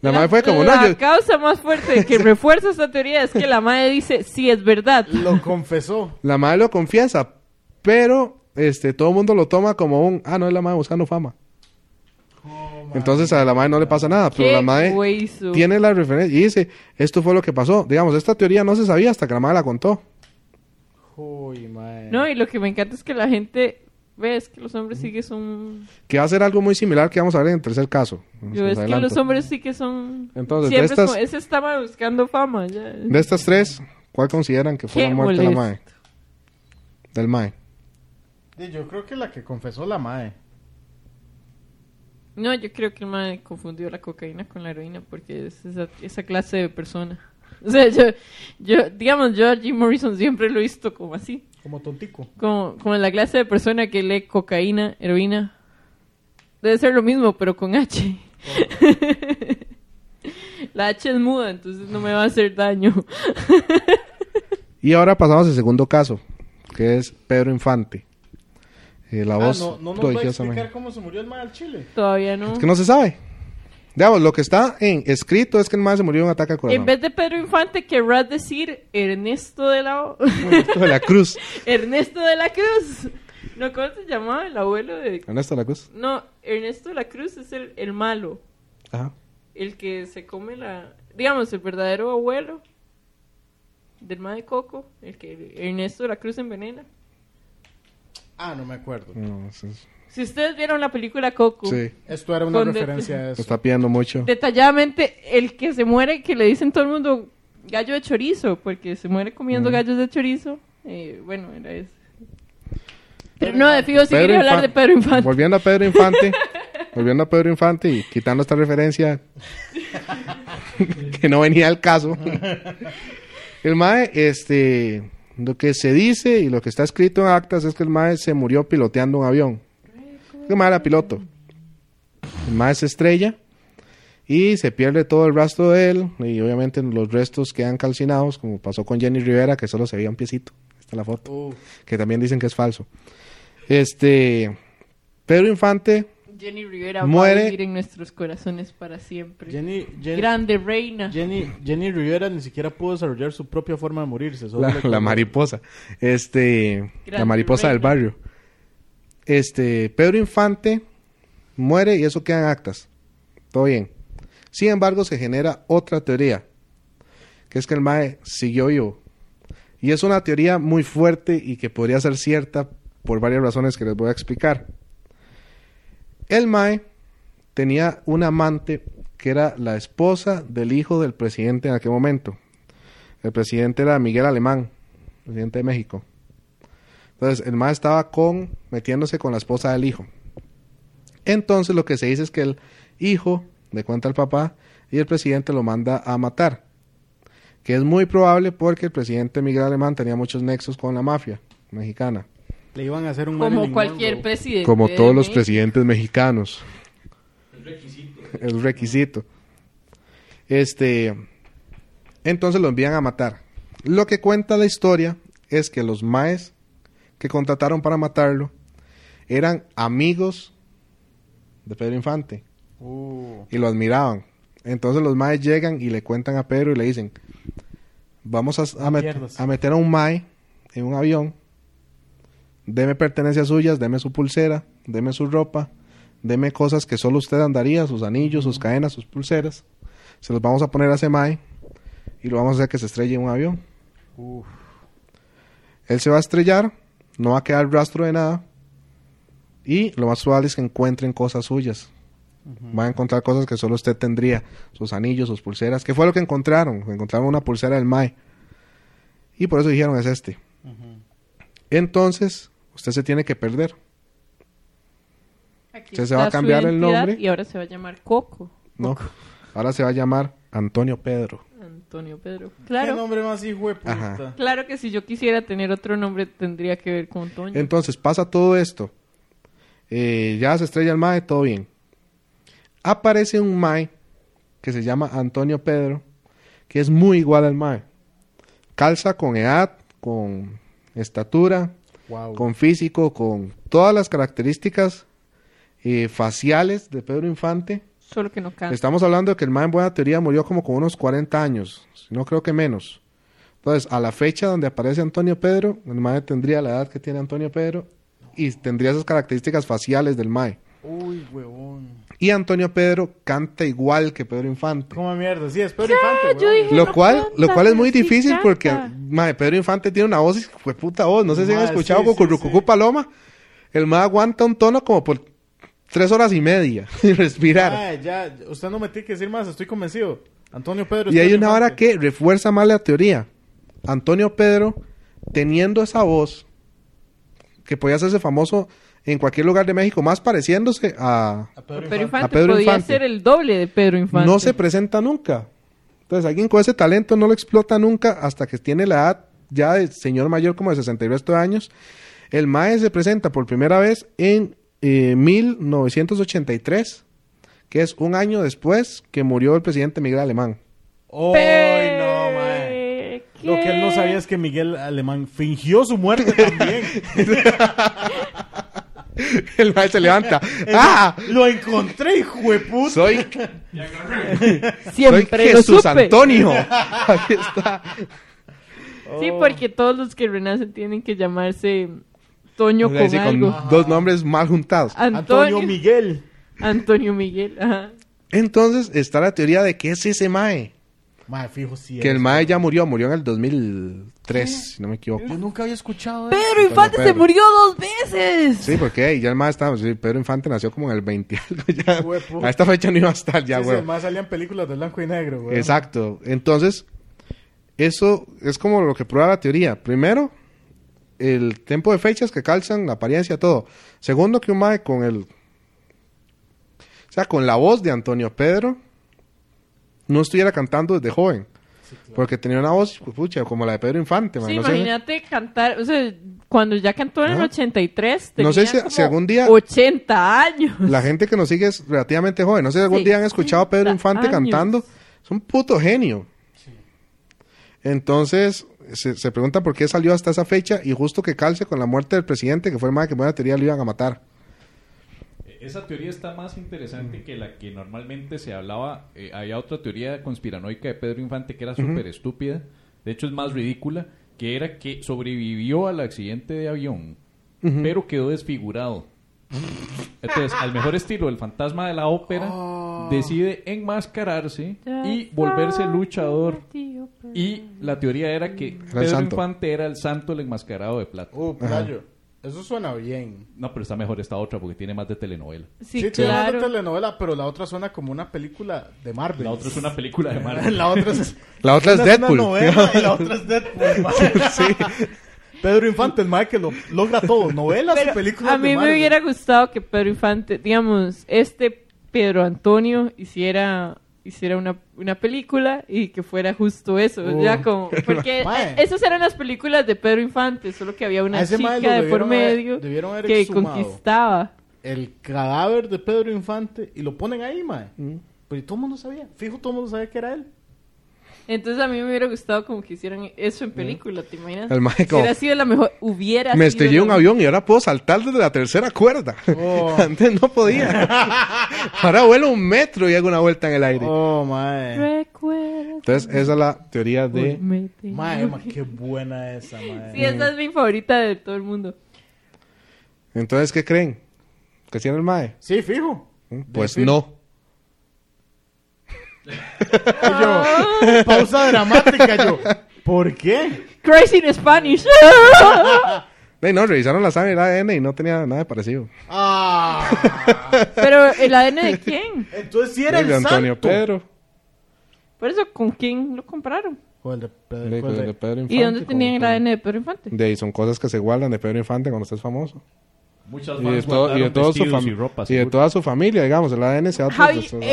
B: La, madre fue como,
A: la
B: no, yo,
A: causa más fuerte
B: *laughs*
A: que *laughs* refuerza esta teoría es que la madre dice, sí, es verdad.
C: Lo confesó.
B: la madre lo confiesa, pero este, todo el mundo lo toma como un, ah, no, es la madre buscando fama.
C: Oh,
B: Entonces a la madre no le pasa nada, pero
A: *laughs* Qué
B: la madre
A: hueso.
B: tiene la referencia y dice, esto fue lo que pasó. Digamos, esta teoría no se sabía hasta que la madre la contó.
C: Uy, mae.
A: No, y lo que me encanta es que la gente... ¿Ves que los hombres sí que son
B: Que va a ser algo muy similar que vamos a ver en el tercer caso.
A: Yo
B: Nos
A: es que
B: adelanto.
A: los hombres sí que son.
B: Entonces, de
A: Siempre es
B: estas-
A: como, ese estaba buscando fama. Ya.
B: De estas tres, ¿cuál consideran que fue
A: Qué
B: la muerte de la
A: molesto.
B: madre? Del madre.
C: Sí, Yo creo que la que confesó la mae.
A: No, yo creo que el mae confundió la cocaína con la heroína porque es esa, esa clase de persona. *laughs* O sea, yo, yo, digamos, yo a Jim Morrison siempre lo he visto como así.
C: Como tontico.
A: Como, como la clase de persona que lee cocaína, heroína. Debe ser lo mismo, pero con H.
B: Oh.
A: *laughs* la H es muda, entonces no me va a hacer daño. *laughs*
B: Y ahora pasamos al segundo caso, que es Pedro Infante. Eh, la
C: Ah,
B: voz
C: no, no nos va a
B: prodigiosamente.
C: explicar cómo se murió el mae al chile.
A: Todavía no.
B: Es que no se sabe. Digamos, lo que está en escrito es que el mae se murió de un ataque al corazón.
A: En vez de Pedro Infante, querrás decir Ernesto de la O-
B: Ernesto de la Cruz.
A: *laughs* Ernesto de la Cruz. No, ¿cómo se llamaba el abuelo de.?
B: Ernesto de la Cruz.
A: No, Ernesto de la Cruz es el, el malo.
B: Ajá.
A: El que se come la. Digamos, el verdadero abuelo del ma de Coco. El que Ernesto de la Cruz envenena.
C: Ah, no me acuerdo.
B: No, sí, sí.
A: Si ustedes vieron la película Coco,
B: Sí,
C: Esto era una
A: Con de-
C: referencia a eso.
B: está pidiendo mucho.
A: detalladamente, el que se muere, que le dicen todo el mundo gallo de chorizo, porque se muere
B: Mm.
A: comiendo gallos de chorizo. eh, bueno, era eso. Pero no, de fijo sí
B: Pedro
A: quería hablar de
B: Infan-
A: Pedro Infante.
B: Volviendo a Pedro
A: *laughs*
B: Infante. volviendo a Pedro Infante y quitando esta referencia *laughs* que no venía al caso. el mae, este, lo que se dice y lo que está escrito en actas es que el mae se murió piloteando un avión. El mae era piloto. El mae se estrella y se pierde todo el rastro de él y obviamente los restos quedan calcinados como pasó con Jenny Rivera que solo se veía un piecito. Esta es la foto,
C: Uh,
B: que también dicen que es falso. Este Pedro Infante
A: Jenny Rivera va
B: Muere.
A: a vivir en nuestros corazones para siempre.
C: Jenny, Jenny,
A: Grande reina.
C: Jenny, Jenny Rivera ni siquiera pudo desarrollar su propia forma de morirse. solo
B: la,
C: le-
B: la mariposa. Este,
A: Grande
B: la mariposa del
A: reina.
B: barrio. Este, Pedro Infante muere y eso quedan actas. Todo bien. Sin embargo, se genera otra teoría, que es que el mae siguió vivo. Y es una teoría muy fuerte y que podría ser cierta por varias razones que les voy a explicar. El mae tenía un amante que era la esposa del hijo del presidente en aquel momento. El presidente era Miguel Alemán, presidente de México. Entonces, el mae estaba con metiéndose con la esposa del hijo. Entonces, lo que se dice es que el hijo le cuenta al papá y el presidente lo manda a matar. Que es muy probable porque el presidente Miguel Alemán tenía muchos nexos con la mafia mexicana.
C: Le iban a hacer un
A: Como
C: Marilyn
A: cualquier
C: Monroe.
A: presidente.
B: Como
A: de
B: todos los
A: México.
B: presidentes mexicanos. El requisito. El requisito. Este. Entonces lo envían a matar. Lo que cuenta la historia es que los maes que contrataron para matarlo eran amigos de Pedro Infante
C: Uh,
B: y lo admiraban. Entonces los maes llegan y le cuentan a Pedro y le dicen, vamos a, a met-
C: Mierdas.
B: a meter a un mae en un avión, deme pertenencias suyas, deme su pulsera, deme su ropa, deme cosas que solo usted andaría, sus anillos, sus cadenas, sus pulseras, se los vamos a poner a ese mae y lo vamos a hacer que se estrelle en un avión.
C: uf.
B: Él se va a estrellar, no va a quedar rastro de nada. Y lo más probable es que encuentren cosas suyas. Va a encontrar cosas que solo usted tendría. Sus anillos, sus pulseras. ¿Qué fue lo que encontraron? Encontraron una pulsera del Mae. Y por eso dijeron es este. Entonces, usted se tiene que perder.
A: Aquí
B: Usted se va a
A: está su
B: cambiar el
A: identidad
B: nombre.
A: Y ahora se va a llamar Coco.
B: No. Ahora se va a llamar Antonio Pedro.
A: Antonio Pedro.
C: ¿Qué
A: Claro.
C: nombre más hijo de puta?
B: Ajá.
A: Claro que si yo quisiera tener otro nombre tendría que ver con Toño.
B: Entonces pasa todo esto. Eh, ya se estrella el Mae, todo bien. Aparece un Mae que se llama Antonio Pedro, que es muy igual al Mae. Calza con edad, con estatura,
C: Wow.
B: con físico, con todas las características eh, faciales de Pedro Infante.
A: Solo que no canta.
B: Estamos hablando de que el Mae en buena teoría murió como con unos 40 años, si no creo que menos. Entonces, a la fecha donde aparece Antonio Pedro, el Mae tendría la edad que tiene Antonio Pedro y tendría esas características faciales del Mae.
C: Uy, huevón.
B: Y Antonio Pedro canta igual que Pedro Infante.
C: ¿Cómo mierda? Sí, es Pedro Infante,
A: yo
C: huevón.
A: dije-
B: Lo
A: no
B: cual,
A: canta,
B: lo cual es muy
A: pero sí
B: difícil
A: canta.
B: porque mae, Pedro Infante tiene una voz, fue puta voz. No sé si han
C: Mae,
B: escuchado
C: sí,
B: con
C: sí, sí.
B: Paloma. El Mae aguanta un tono como por tres horas y media *laughs* y respirar.
C: Ah, ya, usted no me tiene que decir más, estoy convencido. Antonio Pedro. es
B: Y hay
C: Pedro
B: una
C: Infante.
B: hora que refuerza más la teoría. Antonio Pedro, teniendo esa voz, que podía hacerse famoso en cualquier lugar de México, más pareciéndose a...
C: A Pedro
A: Pedro
C: Infante.
A: Infante
B: A Pedro
A: podía
B: Infante.
A: ser el doble de Pedro Infante.
B: No se presenta nunca. Entonces, alguien con ese talento no lo explota nunca hasta que tiene la edad ya de señor mayor como de 60 y resto de años. El MAE se presenta por primera vez en eh, 1983, que es un año después que murió el presidente Miguel Alemán. *laughs*
C: Ay, no, mae. Lo que él no sabía es que Miguel Alemán fingió su muerte *laughs* también.
B: El MAE se levanta. ¡Ah!
C: Lo encontré, hijo de puta.
B: Soy, soy
A: Siempre lo
B: Jesús
A: supe. *laughs*
B: Antonio. Aquí está.
A: Sí, porque todos los que renacen tienen que llamarse Toño
B: Es
A: con
B: decir,
A: algo.
B: con dos nombres mal juntados.
C: Antonio
A: Antonio,
C: Miguel.
A: Antonio Miguel. Ajá.
B: Entonces está la teoría de que es ese Mae.
C: Mae, fijo, sí.
B: Que el
C: es.
B: Mae ya murió, murió en el 2003, si no me equivoco.
C: Yo nunca había escuchado. eso.
A: Pedro Infante
B: Pedro.
A: se murió dos veces.
B: Sí, porque ya el Mae estaba. sí, Pedro Infante nació como en el 20 algo. ya.
C: Huepo.
B: a esta fecha no iba a estar ya,
C: Sí, sí,
B: güey.
C: además salían películas de blanco y negro, güey.
B: Exacto. Entonces, eso es como lo que prueba la teoría. Primero, el tiempo de fechas que calzan, la apariencia, todo. Segundo, que un mae con el... O sea, con la voz de Antonio Pedro, no estuviera cantando desde joven. Porque tenía una voz, pues, pucha, como la de Pedro Infante, man,
A: Sí,
B: no sé.
A: imagínate cantar, o sea, cuando ya cantó en el
B: Ah.
A: 83, tenía
B: No sé si-
A: como
B: si algún día-
A: 80 años.
B: La gente que nos sigue es relativamente joven. No sé si algún
A: Sí,
B: día han escuchado a Pedro
A: 30
B: Infante
A: años.
B: cantando. Es un puto genio. Entonces, se, se pregunta por qué salió hasta esa fecha y justo que calce con la muerte del presidente, que fue el más que buena teoría lo iban a matar.
D: Esa teoría está más interesante que la que normalmente se hablaba. Eh, había otra teoría conspiranoica de Pedro Infante que era súper estúpida. De hecho, es más ridícula. Que era que sobrevivió al accidente de avión, pero quedó desfigurado. Entonces, al mejor estilo, el fantasma de la ópera decide enmascararse y volverse luchador. Y la teoría era que Pedro
B: santo.
D: Infante era el santo del enmascarado de plata.
C: Uh, playo. Eso suena bien.
D: No, pero está mejor esta otra porque tiene más de telenovela.
A: Sí,
C: tiene más de
A: claro.
C: telenovela, pero la otra suena como una película de Marvel.
D: La otra
C: *laughs*
D: es una película de Marvel.
C: la otra es,
B: La otra es
C: una-
B: Deadpool.
C: Una novela
B: *laughs*
C: y la otra es Deadpool. mae. Pedro Infante, el mae que lo logra todo. Novelas y películas
A: A mí
C: de Marvel.
A: me hubiera gustado que Pedro Infante, digamos, este Pedro Antonio hiciera hiciera una, una película y que fuera justo eso,
B: Oh.
A: ya
C: *laughs*
A: como porque
C: Mae.
A: eh, esas eran las películas de Pedro Infante, solo que había
C: A
A: una
C: ese
A: chica
C: mae lo
A: de por
C: debieron haber-
A: medio
C: debieron haber
A: que
C: exhumado.
A: conquistaba.
C: el cadáver de Pedro Infante y lo ponen ahí, mae.
B: Mm.
C: Pero todo el mundo sabía. Fijo, todo el mundo sabía que era él.
A: Entonces a mí me hubiera gustado como que hicieran eso en película, ¿te imaginas?
B: El mae como-
A: Hubiera sido la mejor, hubiera
B: Me
A: sido
B: estrellé
A: la
B: un avión y ahora puedo saltar desde la tercera cuerda.
C: Oh.
B: *laughs* Antes no
C: *laughs*
B: podía. Ahora vuelo un metro y hago una vuelta en el aire.
C: Oh, mae.
A: Recuerdo.
B: Entonces, esa es la teoría de...
A: me te-
C: Mae, mae, qué buena esa, mae.
A: Sí, esa es mi favorita de todo el mundo.
B: Entonces, ¿qué creen? ¿Que tiene el MAE?
C: Sí, fijo.
B: Pues
C: Sí, fijo.
B: no.
A: Oh.
C: Pausa dramática, yo. ¿Por qué?
A: Crazy in
D: *laughs*
A: Spanish.
B: Ey, no, revisaron la sangre y el ADN y no tenía nada de parecido.
C: Ah.
A: Pero el ADN de quién?
C: Entonces sí era el
B: de Antonio
C: santo.
B: Pedro.
A: Por eso, ¿con quién lo compraron?
C: O el de Pedro-
B: De,
D: pues,
C: o el de-
B: de Pedro Infante,
A: ¿Y dónde
B: como-
A: tenían el ADN de Pedro Infante?
B: De ahí son cosas que se guardan de Pedro Infante cuando usted es famoso.
D: Muchas
B: Y
D: fans
B: de, todo- y de
D: guardaron
B: todo su
D: vestidos
B: fam-
D: y ropa,
B: y de
D: seguro.
B: toda su familia, digamos, el ADN se pues, eh, va a
A: Javi, eh,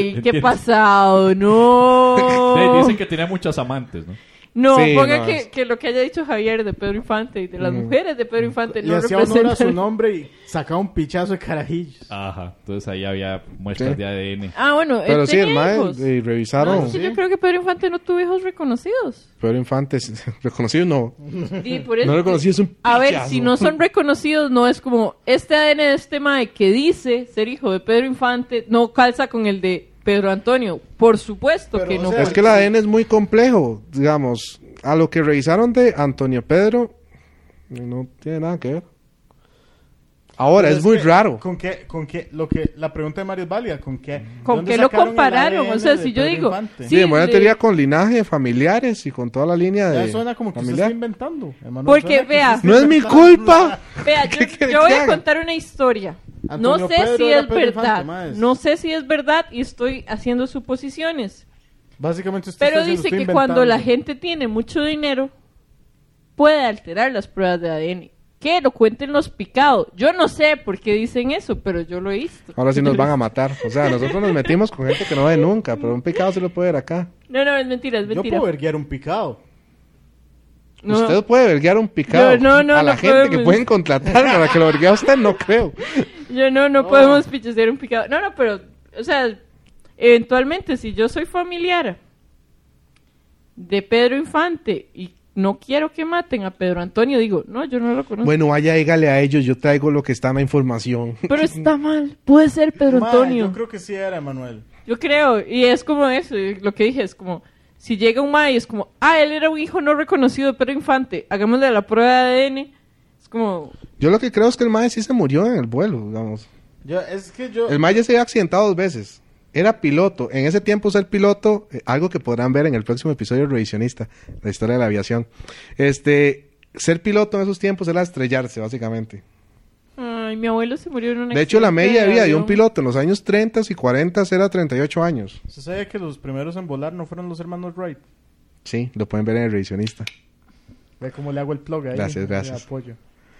A: ey, ¿qué
D: Entiendo.
A: pasado?
D: Sí,
A: No.
B: ¡Oh!
D: dicen que tenía muchas amantes, ¿no?
A: No,
B: Sí,
A: ponga
B: no,
A: que,
B: es- Mm.
A: que lo que haya dicho Javier de Pedro Infante y de las mujeres de Pedro Infante
C: Le
A: no
C: hacía honor a
A: representa.
C: su nombre y sacaba un pichazo de carajillos.
D: Ajá, entonces ahí había muestras
B: Sí.
D: de ADN.
A: Ah, bueno, él
B: Pero sí, el
A: tenía
B: MAE
A: hijos.
B: eh, revisaron.
A: No, sí, Yo creo que Pedro Infante no tuvo hijos reconocidos.
B: Pedro Infante, *laughs* reconocido no.
C: *laughs*
A: Y por eso-
B: No reconocido es un
A: A ver,
B: pichazo.
A: si no son reconocidos, no es como este ADN de este mae que dice ser hijo de Pedro Infante no calza con el de Pedro Antonio. Por supuesto
C: Pero,
A: que
C: o
A: no.
C: sea,
B: Es que el ADN es muy complejo, digamos. A lo que revisaron de Antonio Pedro, no tiene nada que ver. Ahora,
C: Pero
B: es, muy
C: que,
B: raro.
C: ¿Con qué? ¿Con qué? Lo que, la pregunta de Mario es válida. ¿Con qué?
A: ¿Con
C: dónde
A: qué lo
C: sacaron el
A: compararon?
C: ADN
A: O sea,
C: de
A: si yo
C: Pedro
A: digo,
C: Infante?
A: sí,
B: Sí, bueno,
A: de-
B: teoría con linaje, familiares y con toda la línea de.
C: Ya suena como que usted
B: Eh, familiar.
C: está inventando. hermano.
A: Porque,
C: Suena que
A: vea,
C: usted está
B: No es mi
C: inventando.
B: culpa.
A: Vea,
B: ¿Qué
A: yo,
B: quiere
A: yo
B: que
A: voy a
B: haga?
A: contar una historia.
C: Antonio
A: no sé
C: Pedro
A: si
C: era
A: es
C: Pedro Infante,
A: verdad.
C: maes.
A: no sé si es verdad y estoy haciendo suposiciones.
C: Básicamente usted
A: Pero
C: está diciendo,
A: dice que
C: "Estoy
A: cuando la
C: inventando".
A: gente tiene mucho dinero, puede alterar las pruebas de ADN. Que lo cuenten los picados. Yo no sé por qué dicen eso, pero yo lo he visto.
B: Ahora sí nos van a matar. O sea, nosotros nos metimos con gente que no ve nunca, pero un picado se lo puede ver acá.
A: No, no, es mentira, es
C: Yo
A: mentira.
C: puedo verguear un picado.
A: No.
B: Usted puede verguear un picado
A: Yo- no, no,
B: a la
A: no
B: gente que
A: podemos.
B: pueden contratar para que lo verguee a usted,
A: *laughs*
B: no creo.
A: Yo no, no podemos pichasear un picado. No, no, pero, o sea, eventualmente si yo soy familiar de Pedro Infante y no quiero que maten a Pedro Antonio, digo, no, yo no lo conozco.
B: Bueno, vaya, dígale a ellos, yo traigo lo que está en la información.
A: Pero está mal, puede ser Pedro
C: Ma,
A: Antonio.
C: yo creo que sí era, Manuel.
A: Yo creo, y es como eso, y lo que dije, es como, si llega un mae y es como, ah, él era un hijo no reconocido de Pedro Infante, hagámosle la prueba de ADN, es como,
B: Yo lo que creo es que el mae sí se murió en el vuelo, digamos.
C: Yo, es que yo...
B: El mae ya se había accidentado dos veces. Era piloto. En ese tiempo ser piloto, eh, algo que podrán ver en el próximo episodio revisionista, la historia de la aviación. Este, ser piloto en esos tiempos era estrellarse, básicamente.
A: ay, mi abuelo se murió en un
B: De hecho, la
A: accidente
B: media de vida de un
A: avión".
B: piloto en los años 30 y 40 era 38 años.
C: ¿Se sabía que los primeros en volar no fueron los hermanos Wright?
B: Sí, lo pueden ver en el revisionista.
C: Ve cómo le hago el plug ahí.
B: Gracias,
C: le
B: gracias.
C: apoyo.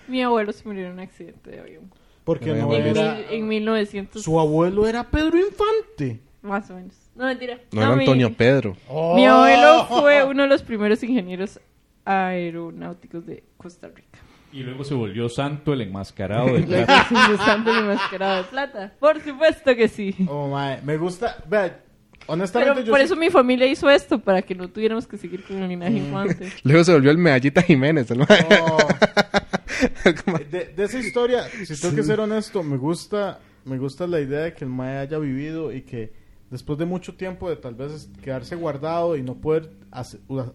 A: Mi abuelo se murió en un accidente de avión.
C: Porque
B: Mi
C: no
B: abuelo.
A: En,
C: era...
A: mil- en 1900,
C: Su abuelo era Pedro Infante.
A: más o menos. No, mentira.
B: No era
A: mi-
B: Antonio Oh. Pedro.
A: Mi
B: *laughs*
C: Oh.
A: abuelo fue uno de los primeros ingenieros aeronáuticos de Costa Rica.
D: Y luego se volvió santo el enmascarado de plata.
A: Los santos enmascarados de plata. Por supuesto que sí.
C: Oh, mae, Me gusta. Vea, honestamente,
A: Pero
C: yo
A: por
C: sí-
A: eso mi familia hizo esto, para que no tuviéramos que seguir con el linaje
B: Mm.
A: infante.
B: Luego se volvió el medallita Jiménez, el mae. *laughs*
C: Oh. de, de esa historia, si tengo que ser honesto, me gusta, me gusta la idea de que el Mae haya vivido y que después de mucho tiempo de tal vez quedarse guardado y no poder hace- u-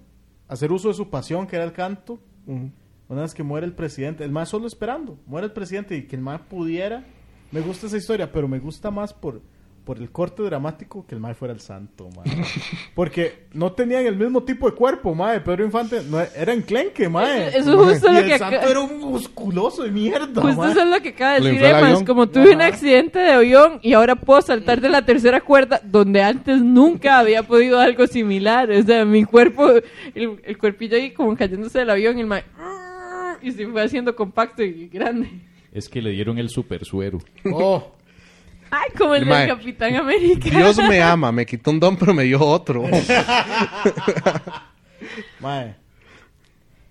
C: hacer uso de su pasión, que era el canto,
B: "Mm,
C: una vez que muere el presidente, el Mae solo esperando, muere el presidente y que el Mae pudiera, me gusta esa historia, pero me gusta más por... Por el corte dramático que el Mae fuera el santo,
A: *laughs*
C: mae. Porque no tenían el mismo tipo de cuerpo, Mae. Pedro Infante no, e, era enclenque, Mae.
A: Eso es justo
C: Y
A: lo
C: el
A: que
C: santo
A: acá-
C: era un musculoso de mierda.
A: Justo
C: mae.
A: Pues eso es lo que acaba de
B: Le
A: decir
B: infló el
A: Emma. Es
B: avión.
A: como tuve un
C: Ajá.
A: accidente de avión y ahora puedo saltar de la tercera cuerda donde antes nunca había podido algo similar. O sea, mi cuerpo, el, el cuerpillo ahí como cayéndose del avión y el ma- Y se fue haciendo compacto y grande.
D: Es que le dieron el super suero.
C: Oh,
A: Ay, como el,
B: El
A: del
B: mae,
A: Capitán América.
B: Dios me ama, me quitó un don pero me dio
C: *laughs*
B: otro.
C: mae.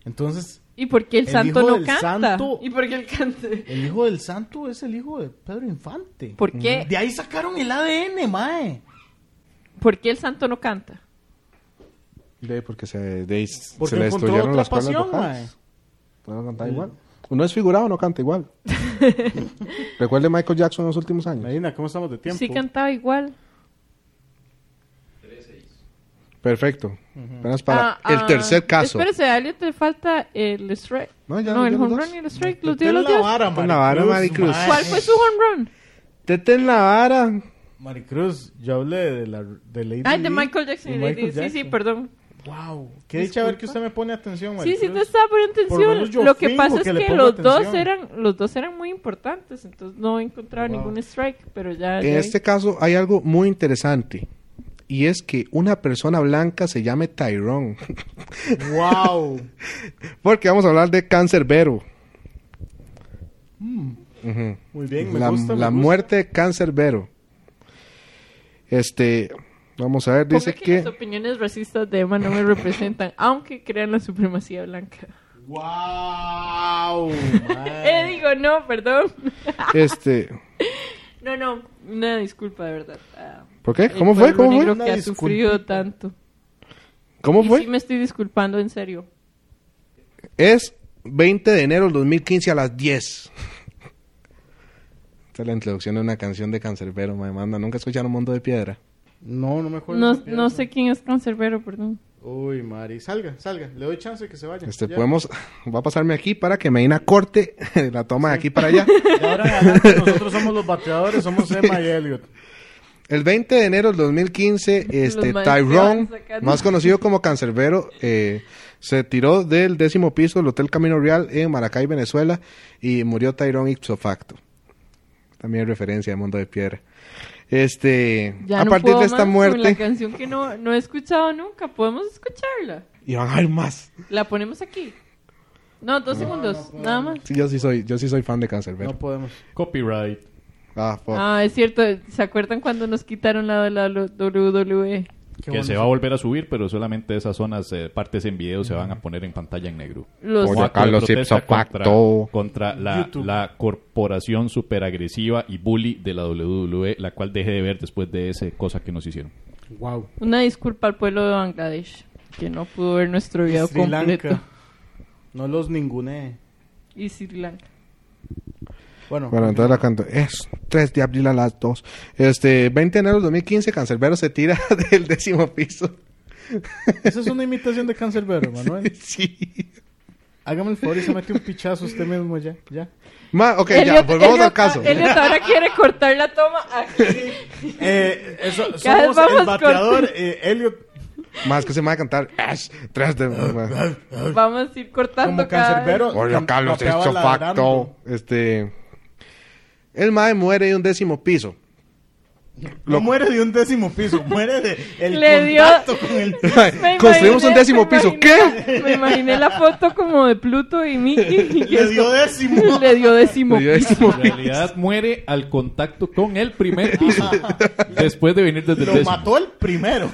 C: Entonces,
A: *laughs* ¿Y por qué el,
C: El
A: santo
C: hijo
A: no
C: del
A: canta?
C: santo.
A: ¿Y por qué el cante?
C: el hijo del santo es el hijo de Pedro Infante.
A: ¿Por qué,
C: De ahí sacaron el ADN, mae.
A: ¿Por qué el santo no canta?
B: De- porque se, de-
C: Porque
B: se le
C: encontró
B: destruyeron
C: otra
B: las cuerdas
C: pasión,
B: vocales. No canta igual. Uno es figurado, no canta
C: *laughs*
B: igual. Recuerde Michael Jackson en los últimos años.
C: Medina, ¿cómo estamos de tiempo?
A: Sí cantaba igual.
B: Perfecto. Apenas para
A: Ah,
B: el
A: ah,
B: tercer caso.
A: Espérese, a alguien te falta el strike. No,
B: No, ya
A: el
B: los
A: home
B: dos.
A: run y el strike. Los dio
C: Tetén
A: los
C: la
A: dio.
C: vara,
B: Tetén la vara,
C: Maricruz.
B: Maricruz.
A: ¿Cuál fue su home run?
B: Tete en la vara.
C: Maricruz, yo hablé de la de Lady
A: Ay, de
C: Di
A: Michael Jackson.
C: y
A: y
C: Michael
A: Lady- Sí, sí,
C: Jackson.
A: perdón.
C: Wow, qué dicha ver que usted me pone atención,
A: Sí,
C: Maricruz.
A: sí, te estaba poniendo
C: Por lo menos yo
A: atención. Lo que
C: finjo
A: pasa
C: que
A: es
C: le
A: que
C: pongo
A: los dos,
C: atención.
A: eran, los dos eran muy importantes, entonces no encontraba ningún strike, pero ya...
B: En
A: ya-
B: este caso hay algo muy interesante. Y es que una persona blanca se llame Tyrone. *laughs*
C: Wow.
B: Porque vamos a hablar de cáncer vero. Ujú.
C: Muy bien, me
B: la
C: gusta. me
B: la
C: gusta.
B: muerte de cáncer vero. Este, vamos a ver,
A: Ponga
B: dice
A: que,
B: que...
A: las opiniones racistas de Emma no me
C: *laughs*
A: representan, aunque crean la supremacía blanca. *laughs*
C: Wow. Ah.
A: Eh, digo, no, perdón.
B: Este,
A: No, no, una disculpa de verdad. Ah,
B: ¿Por
A: *laughs*
B: qué?
A: el
B: ¿Cómo fue?
A: pueblo
B: ¿Cómo fue?
A: negro
C: Una
A: que ha sufrido
C: disculpita.
A: tanto.
B: ¿Cómo
A: Y
B: fue?
A: Sí, me estoy disculpando, en serio.
B: Es 20 de enero del 2015 a las 10. Esta es la introducción de una canción de Cancerbero, me manda. Nunca escucharon Mundo de Piedra.
C: No, no me acuerdo.
A: No,
C: esa pieza.
A: no sé quién es Cancerbero, perdón.
C: Uy, Mari, salga, salga. Le doy chance que se vaya.
B: Este,
C: Ya.
B: podemos... *laughs* Va a pasarme aquí para que Medina corte *laughs* la toma de aquí para allá.
C: De ahora en adelante nosotros somos los bateadores, somos Emma y Elliot.
B: El 20 de enero
A: *laughs*
B: del 2015, este,
A: maestros se van
B: Tyrone,
A: sacando.
B: más conocido como Cancerbero, eh, se tiró del décimo piso del Hotel Camino Real en Maracay, Venezuela, y murió Tyrone ipso facto. También hay referencia de Mundo de Piedra. Este,
A: Ya
B: a
A: no
B: partir
A: puedo
B: de esta
A: más con La
B: muerte,
A: canción que no, no he escuchado nunca, podemos escucharla.
B: y van a haber más.
A: La ponemos aquí. No, dos segundos, nada más.
B: Sí, yo sí soy, yo sí soy fan de Cancerbero.
C: No podemos.
D: Copyright.
B: Ah, fuck.
A: Ah, es cierto, ¿se acuerdan cuando nos quitaron la de la E? WWE?
C: Qué
D: que
C: bueno.
D: se va a volver a subir, pero solamente esas zonas, eh, partes en video, se van a poner en pantalla en negro.
A: Los,
B: Por Oye,
D: Como
B: acá
D: acto de
B: los
D: protesta
B: ipso
D: contra-
B: facto.
D: Contra, la,
C: YouTube.
D: la corporación superagresiva y bully de la WWE, la cual dejé de ver después de esa cosa que nos hicieron.
C: Wow.
A: Una disculpa al pueblo de Bangladesh, que no pudo ver nuestro video
C: Sri
A: completo.
C: Lanka. No los ningune.
A: Y Sri Lanka.
C: Bueno,
B: Bueno, entonces la canto. Es 3 de abril a las 2. Este, 20 de enero del 2015, Cancerbero se tira *laughs* del décimo piso.
C: esa es una imitación de Cancerbero, Manuel.
B: Sí.
C: ¿eh? Hágame el favor y se mete un pichazo usted mismo ya. ya.
B: Ma, ok, ya,
A: Elliot-
B: volvamos
A: Elliot-
B: al caso.
A: Elliot ahora quiere cortar la toma *laughs* aquí.
C: Eh, eso,
A: Cada vez
C: somos
A: vamos
C: el bateador,
A: con-
C: eh, Elliot.
B: Más que se me va a cantar. Ash, tras de. ma.
A: Vamos a ir cortando
C: Como
A: cada vez.
C: Cancerbero.
B: Oye, Carlos,
C: Papeaba
B: esto
C: ladrando.
B: facto. Este. El mae muere de un décimo piso.
C: No muere de un décimo piso, muere de el
A: Le dio-
C: contacto con
B: *laughs*
C: el
A: Me
B: Construimos
A: imaginé-
B: un décimo
A: me
B: piso.
A: imaginé-
B: ¿Qué?
A: Me imaginé la foto como de Pluto y Mickey. y
C: Le
A: eso-
C: dio décimo.
A: *laughs* Le dio décimo.
B: Le dio décimo
D: En
B: piso.
D: realidad muere al contacto con el primer piso, después de venir desde el
C: Lo
D: décimo.
C: mató el primero.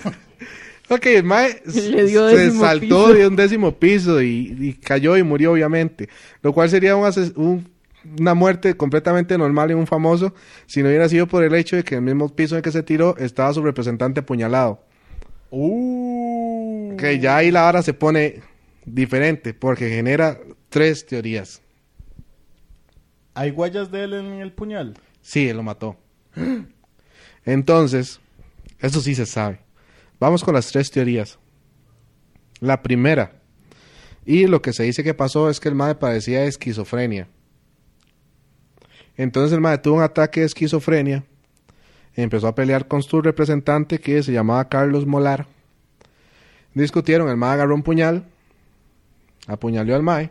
B: Ok, el mae
A: *laughs* Le dio
B: se
A: décimo
B: saltó
A: piso.
B: de un décimo piso y, y cayó y murió, obviamente. Lo cual sería un ases- un- una muerte completamente normal en un famoso si no hubiera sido por el hecho de que en el mismo piso en el que se tiró estaba su representante apuñalado.
C: Uh.
B: Ok, ya ahí la vara se pone diferente porque genera tres teorías.
C: ¿Hay huellas de él en el puñal?
B: Sí, él lo mató. Entonces, eso sí se sabe. Vamos con las tres teorías. La primera. Y lo que se dice que pasó es que el madre padecía de esquizofrenia. Entonces el madre tuvo un ataque de esquizofrenia. Empezó a pelear con su representante que se llamaba Carlos Molar. Discutieron, el madre agarró un puñal. Apuñaló al mae,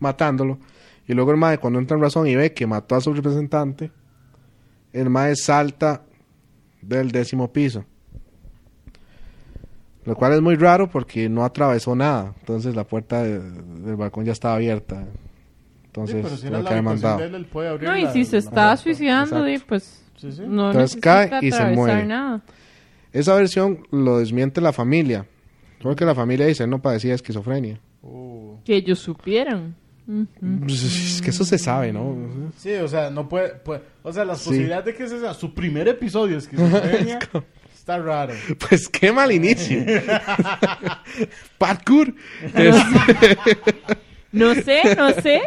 B: matándolo. Y luego el mae, cuando entra en razón y ve que mató a su representante, el mae salta del décimo piso. Lo cual es muy raro porque no atravesó nada. Entonces la puerta de- del balcón ya estaba abierta. Entonces,
C: sí, pero si era
B: tuvo
C: la
B: que haber
C: habitación
B: mandado.
C: de él, él puede abrir
A: No, y
C: la-
A: si se
C: la
A: está
C: puerta.
A: suicidando,
B: Exacto.
A: di, pues
C: Sí, sí.
A: no
B: Entonces
A: necesita
B: cae y se
A: atravesar
B: muere.
A: nada.
B: Esa versión lo desmiente la familia. Porque la familia dice, él no padecía de esquizofrenia.
C: Uh.
A: Que ellos supieran. Ujú.
B: Pues, Es que eso se sabe, ¿no? *laughs*
C: Sí, o sea, no puede... puede- o sea, las
B: Sí.
C: posibilidades de que ese sea su primer episodio es
B: *laughs*
C: que se está raro.
B: Pues qué mal inicio. *laughs* Parkour.
A: No sé, no sé.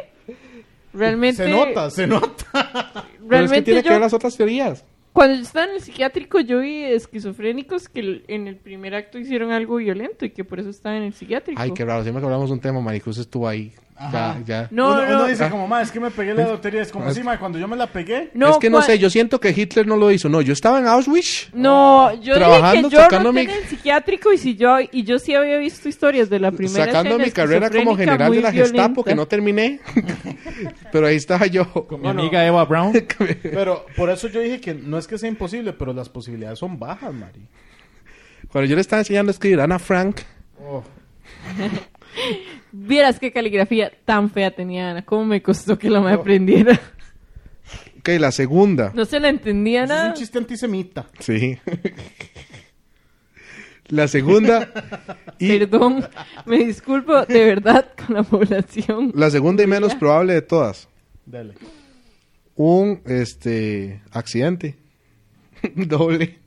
A: Realmente.
C: Se nota, se nota.
B: Pero es que
A: Realmente
B: tiene que
A: yo-
B: ver las otras teorías.
A: Cuando yo estaba en el psiquiátrico, yo vi esquizofrénicos que el- en el primer acto hicieron algo violento y que por eso estaban en el psiquiátrico.
B: Ay, qué raro. Siempre que hablamos de un tema, Maricruz estuvo ahí.
C: Ajá.
B: Ya, ya.
A: No,
C: uno,
A: no.
C: uno dice como, ma, es que me pegué la lotería. Es como,
B: Es-
C: sí, ma, cuando yo me la
B: *laughs*
C: pegué...
A: No,
B: es que no
A: cua-
B: sé, yo siento que Hitler no lo hizo. No, yo estaba en Auschwich.
A: No, yo dije
B: Trabajando,
A: que yo
B: sacando
A: roté
B: mi-
A: en el psiquiátrico y si yo y yo sí había visto historias de la primera
B: Sacando
A: escena
B: mi carrera como
A: esquizofrénica
B: general
A: muy
B: de la Gestapo, que
A: violenta.
B: no terminé. *laughs* Pero ahí estaba yo.
D: Con
C: Bueno.
D: mi amiga Eva Brown.
C: Pero por eso yo dije que no es que sea imposible, pero las posibilidades son bajas, Mari.
B: Cuando yo le estaba enseñando a escribir a Ana Frank,
C: Oh,
A: Vieras qué caligrafía tan fea tenía Ana, cómo me costó que la me aprendiera.
B: ok, la segunda.
A: No se la entendía
C: Ese es
A: nada.
C: un chiste antisemita.
B: Sí. La segunda y
A: Perdón, me disculpo de verdad con la población.
B: la segunda y menos probable de todas,
C: Dale.
B: un este
C: *laughs*
B: accidente doble.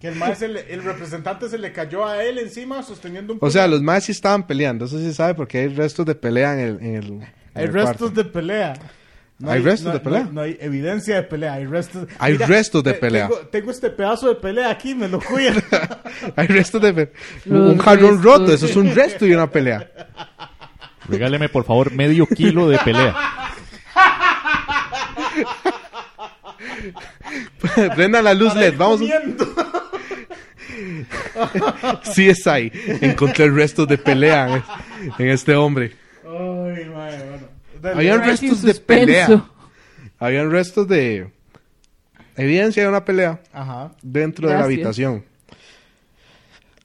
C: Que el, mae se le- el representante se le cayó a él encima sosteniendo un
B: O sea,
C: puñal.
B: los más sí estaban peleando, eso sí sabe porque hay restos de pelea en el en el, en
C: hay
B: el
C: restos
B: cuarto.
C: de pelea.
B: Hay restos de pelea.
C: No, no hay evidencia de pelea, hay restos.
B: Hay restos de
C: te-
B: pelea.
C: Tengo, tengo este pedazo de pelea aquí, me lo
B: *laughs*
C: cuidan.
B: Hay restos de
C: *laughs*
B: pe-
A: Los
B: un jarrón
A: restos.
B: roto, eso es un resto y una pelea. *laughs*
D: Regáleme, por favor, medio kilo de pelea.
B: Prendan la luz
C: Para ir
B: LED, vamos
C: comiendo.
B: sí es ahí. Encontré restos de pelea en, en este hombre.
C: Ay, mae, bueno. Dale.
B: Habían
A: Ay, sin
B: restos de
A: suspenso.
B: pelea. Habían restos de evidencia de una pelea.
C: Ajá.
B: dentro de la
A: Gracias.
B: habitación.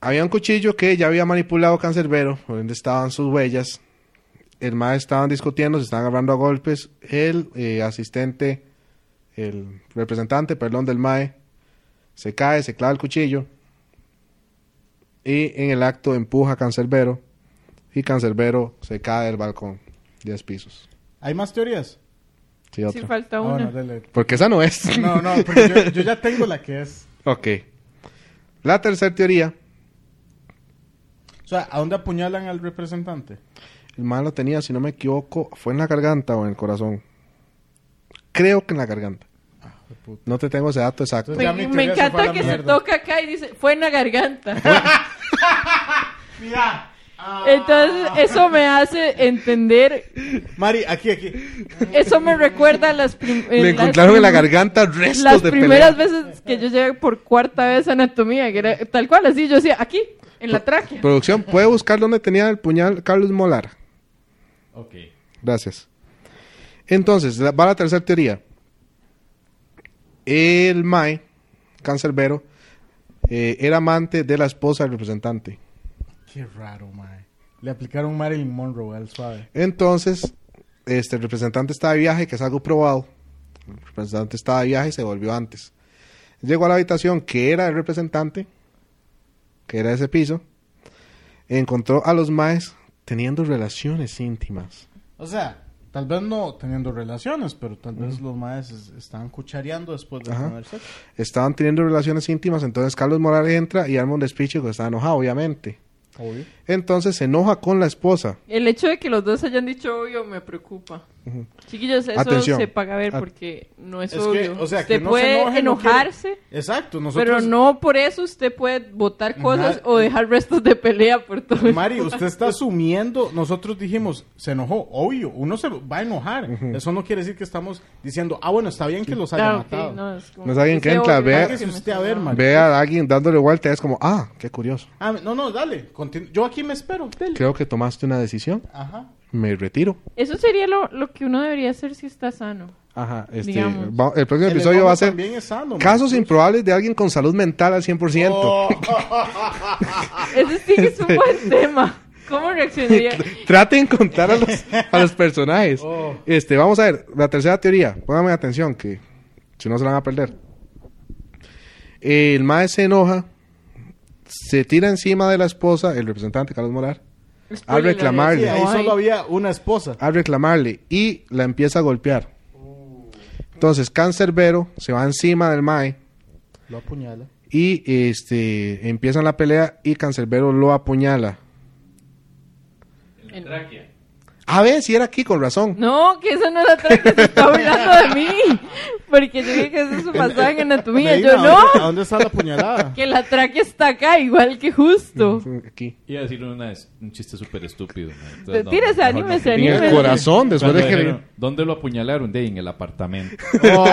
B: Había un cuchillo que ya había manipulado Cancerbero, donde estaban sus huellas. El mae estaban discutiendo, se estaban agarrando a golpes. El eh, asistente, el representante, perdón, del mae, se cae, se clava el cuchillo. Y en el acto empuja a Cancerbero. Y Cancerbero se cae del balcón, 10 pisos.
C: ¿Hay más teorías?
B: Sí,
A: Sí,
B: otra.
A: falta
C: Ah,
A: una.
C: bueno, dale.
B: Porque esa no es.
C: No, no, porque yo, yo ya tengo la que es.
B: *laughs* Ok. La tercera teoría
C: O sea, ¿a dónde apuñalan al representante?
B: El mal lo tenía, si no me equivoco, fue en la garganta o en el corazón. Creo que en la garganta.
C: puta.
B: No te tengo ese dato exacto.
C: Entonces, Ya mi
A: me,
C: teoría se fue a
A: encanta
C: la
A: que se
C: mierda.
A: toca acá y dice, fue en la garganta.
C: Mira.
A: Entonces, eso me hace entender,
C: Mari, aquí, aquí.
A: eso me recuerda a las, prim- eh,
B: Le
A: las
B: encontraron en la
A: prim-
B: garganta restos
A: Las
B: de
A: primeras
B: pelea.
A: veces que yo llegué por cuarta vez a anatomía, que era tal cual, así yo decía, aquí, en la tráquea.
B: Producción, ¿puede buscar dónde tenía el puñal Carlos Molar?
D: Ok.
B: Gracias. Entonces, la- va la tercera teoría. El Mae, cancerbero, eh, era amante de la esposa del representante.
C: Qué raro, mae. Le aplicaron Marilyn Monroe al suave.
B: Entonces, este, el representante estaba de viaje, que es algo probado. El representante estaba de viaje y se volvió antes. Llegó a la habitación que era el representante que era ese piso, encontró a los maes teniendo relaciones íntimas.
C: O sea, tal vez no teniendo relaciones, pero tal vez los maestros estaban cuchareando después de
B: Ajá.
C: comer sexo.
B: Estaban teniendo relaciones íntimas, entonces Carlos Morales entra y arma un despicho que está enojado, obviamente.
C: Obvio.
B: Entonces se enoja con la esposa.
A: El hecho de que los dos hayan dicho obvio me preocupa. Chiquillos, eso
B: Atención.
A: se paga a ver
B: At-
A: porque no es,
C: Es que,
A: obvio.
C: o sea, que
A: usted
C: no se
A: puede
C: enoje, no quiere-
A: enojarse,
C: Exacto, nosotros... eh,
A: pero no por eso usted puede votar cosas
C: Na-
A: o dejar restos de pelea por todo.
C: Mari, usted está asumiendo, nosotros dijimos, se enojó, obvio, uno se va a enojar. Eso no quiere decir que estamos diciendo, ah, bueno, está bien que los haya
A: Claro, ok,
C: matado.
A: no, es como-
B: No es alguien que
A: sé,
B: entra,
A: obvio,
B: vea-
A: que me
C: Usted a
A: está-
C: ver, man.
B: Ve a alguien dándole vuelta, es como, ah, qué curioso.
C: Ah, no, no, dale, continu- yo aquí me espero, dele.
B: Creo que tomaste una decisión,
C: Ajá.
B: me retiro.
A: Eso sería lo, lo que uno debería hacer si está sano.
B: Ajá, este,
A: Digamos.
B: va- el próximo
C: El
B: episodio
C: enojo
B: va a ser
C: también es sano, man.
B: casos improbables de alguien con salud mental al 100%.
C: Oh,
A: Ese sí que es
C: Este.
A: un buen tema. ¿Cómo reaccionaría?
B: Traten de contar a los, a
C: *laughs*
B: los personajes.
C: Oh.
B: Este, vamos a ver, la tercera teoría. Pónganme atención que si no se la van a perder. El maestro se enoja, se tira encima de la esposa, el representante Carlos Morar, Al reclamarle.
C: sí, ahí
A: No hay.
C: solo había una esposa.
B: a reclamarle y la empieza a golpear.
C: Oh.
B: Entonces, Cancerbero se va encima del mae
C: Lo apuñala.
B: y este empiezan la pelea y Cancerbero lo apuñala.
D: En la tráquea.
B: A ver, si era aquí con razón.
A: No, que eso no es atrás que se está hablando de mí. Porque yo dije que eso es un pasaje en anatomía.
C: Leína,
A: Yo no.
C: ¿a dónde- ¿A dónde está la
A: *laughs*
C: puñalada?
A: Que la tráquea está acá, igual que justo.
B: Aquí.
D: Y a decir una, es un chiste súper estúpido. ma.
A: Pero
D: Entonces, no,
A: Tírese,
D: mejor no.
A: Pues, anímese,
B: En el
A: anímese.
B: corazón, después
D: Cuando
B: de que le-
D: dijeron, ¿Dónde lo apuñalaron? De ahí, en el apartamento.
C: Oh.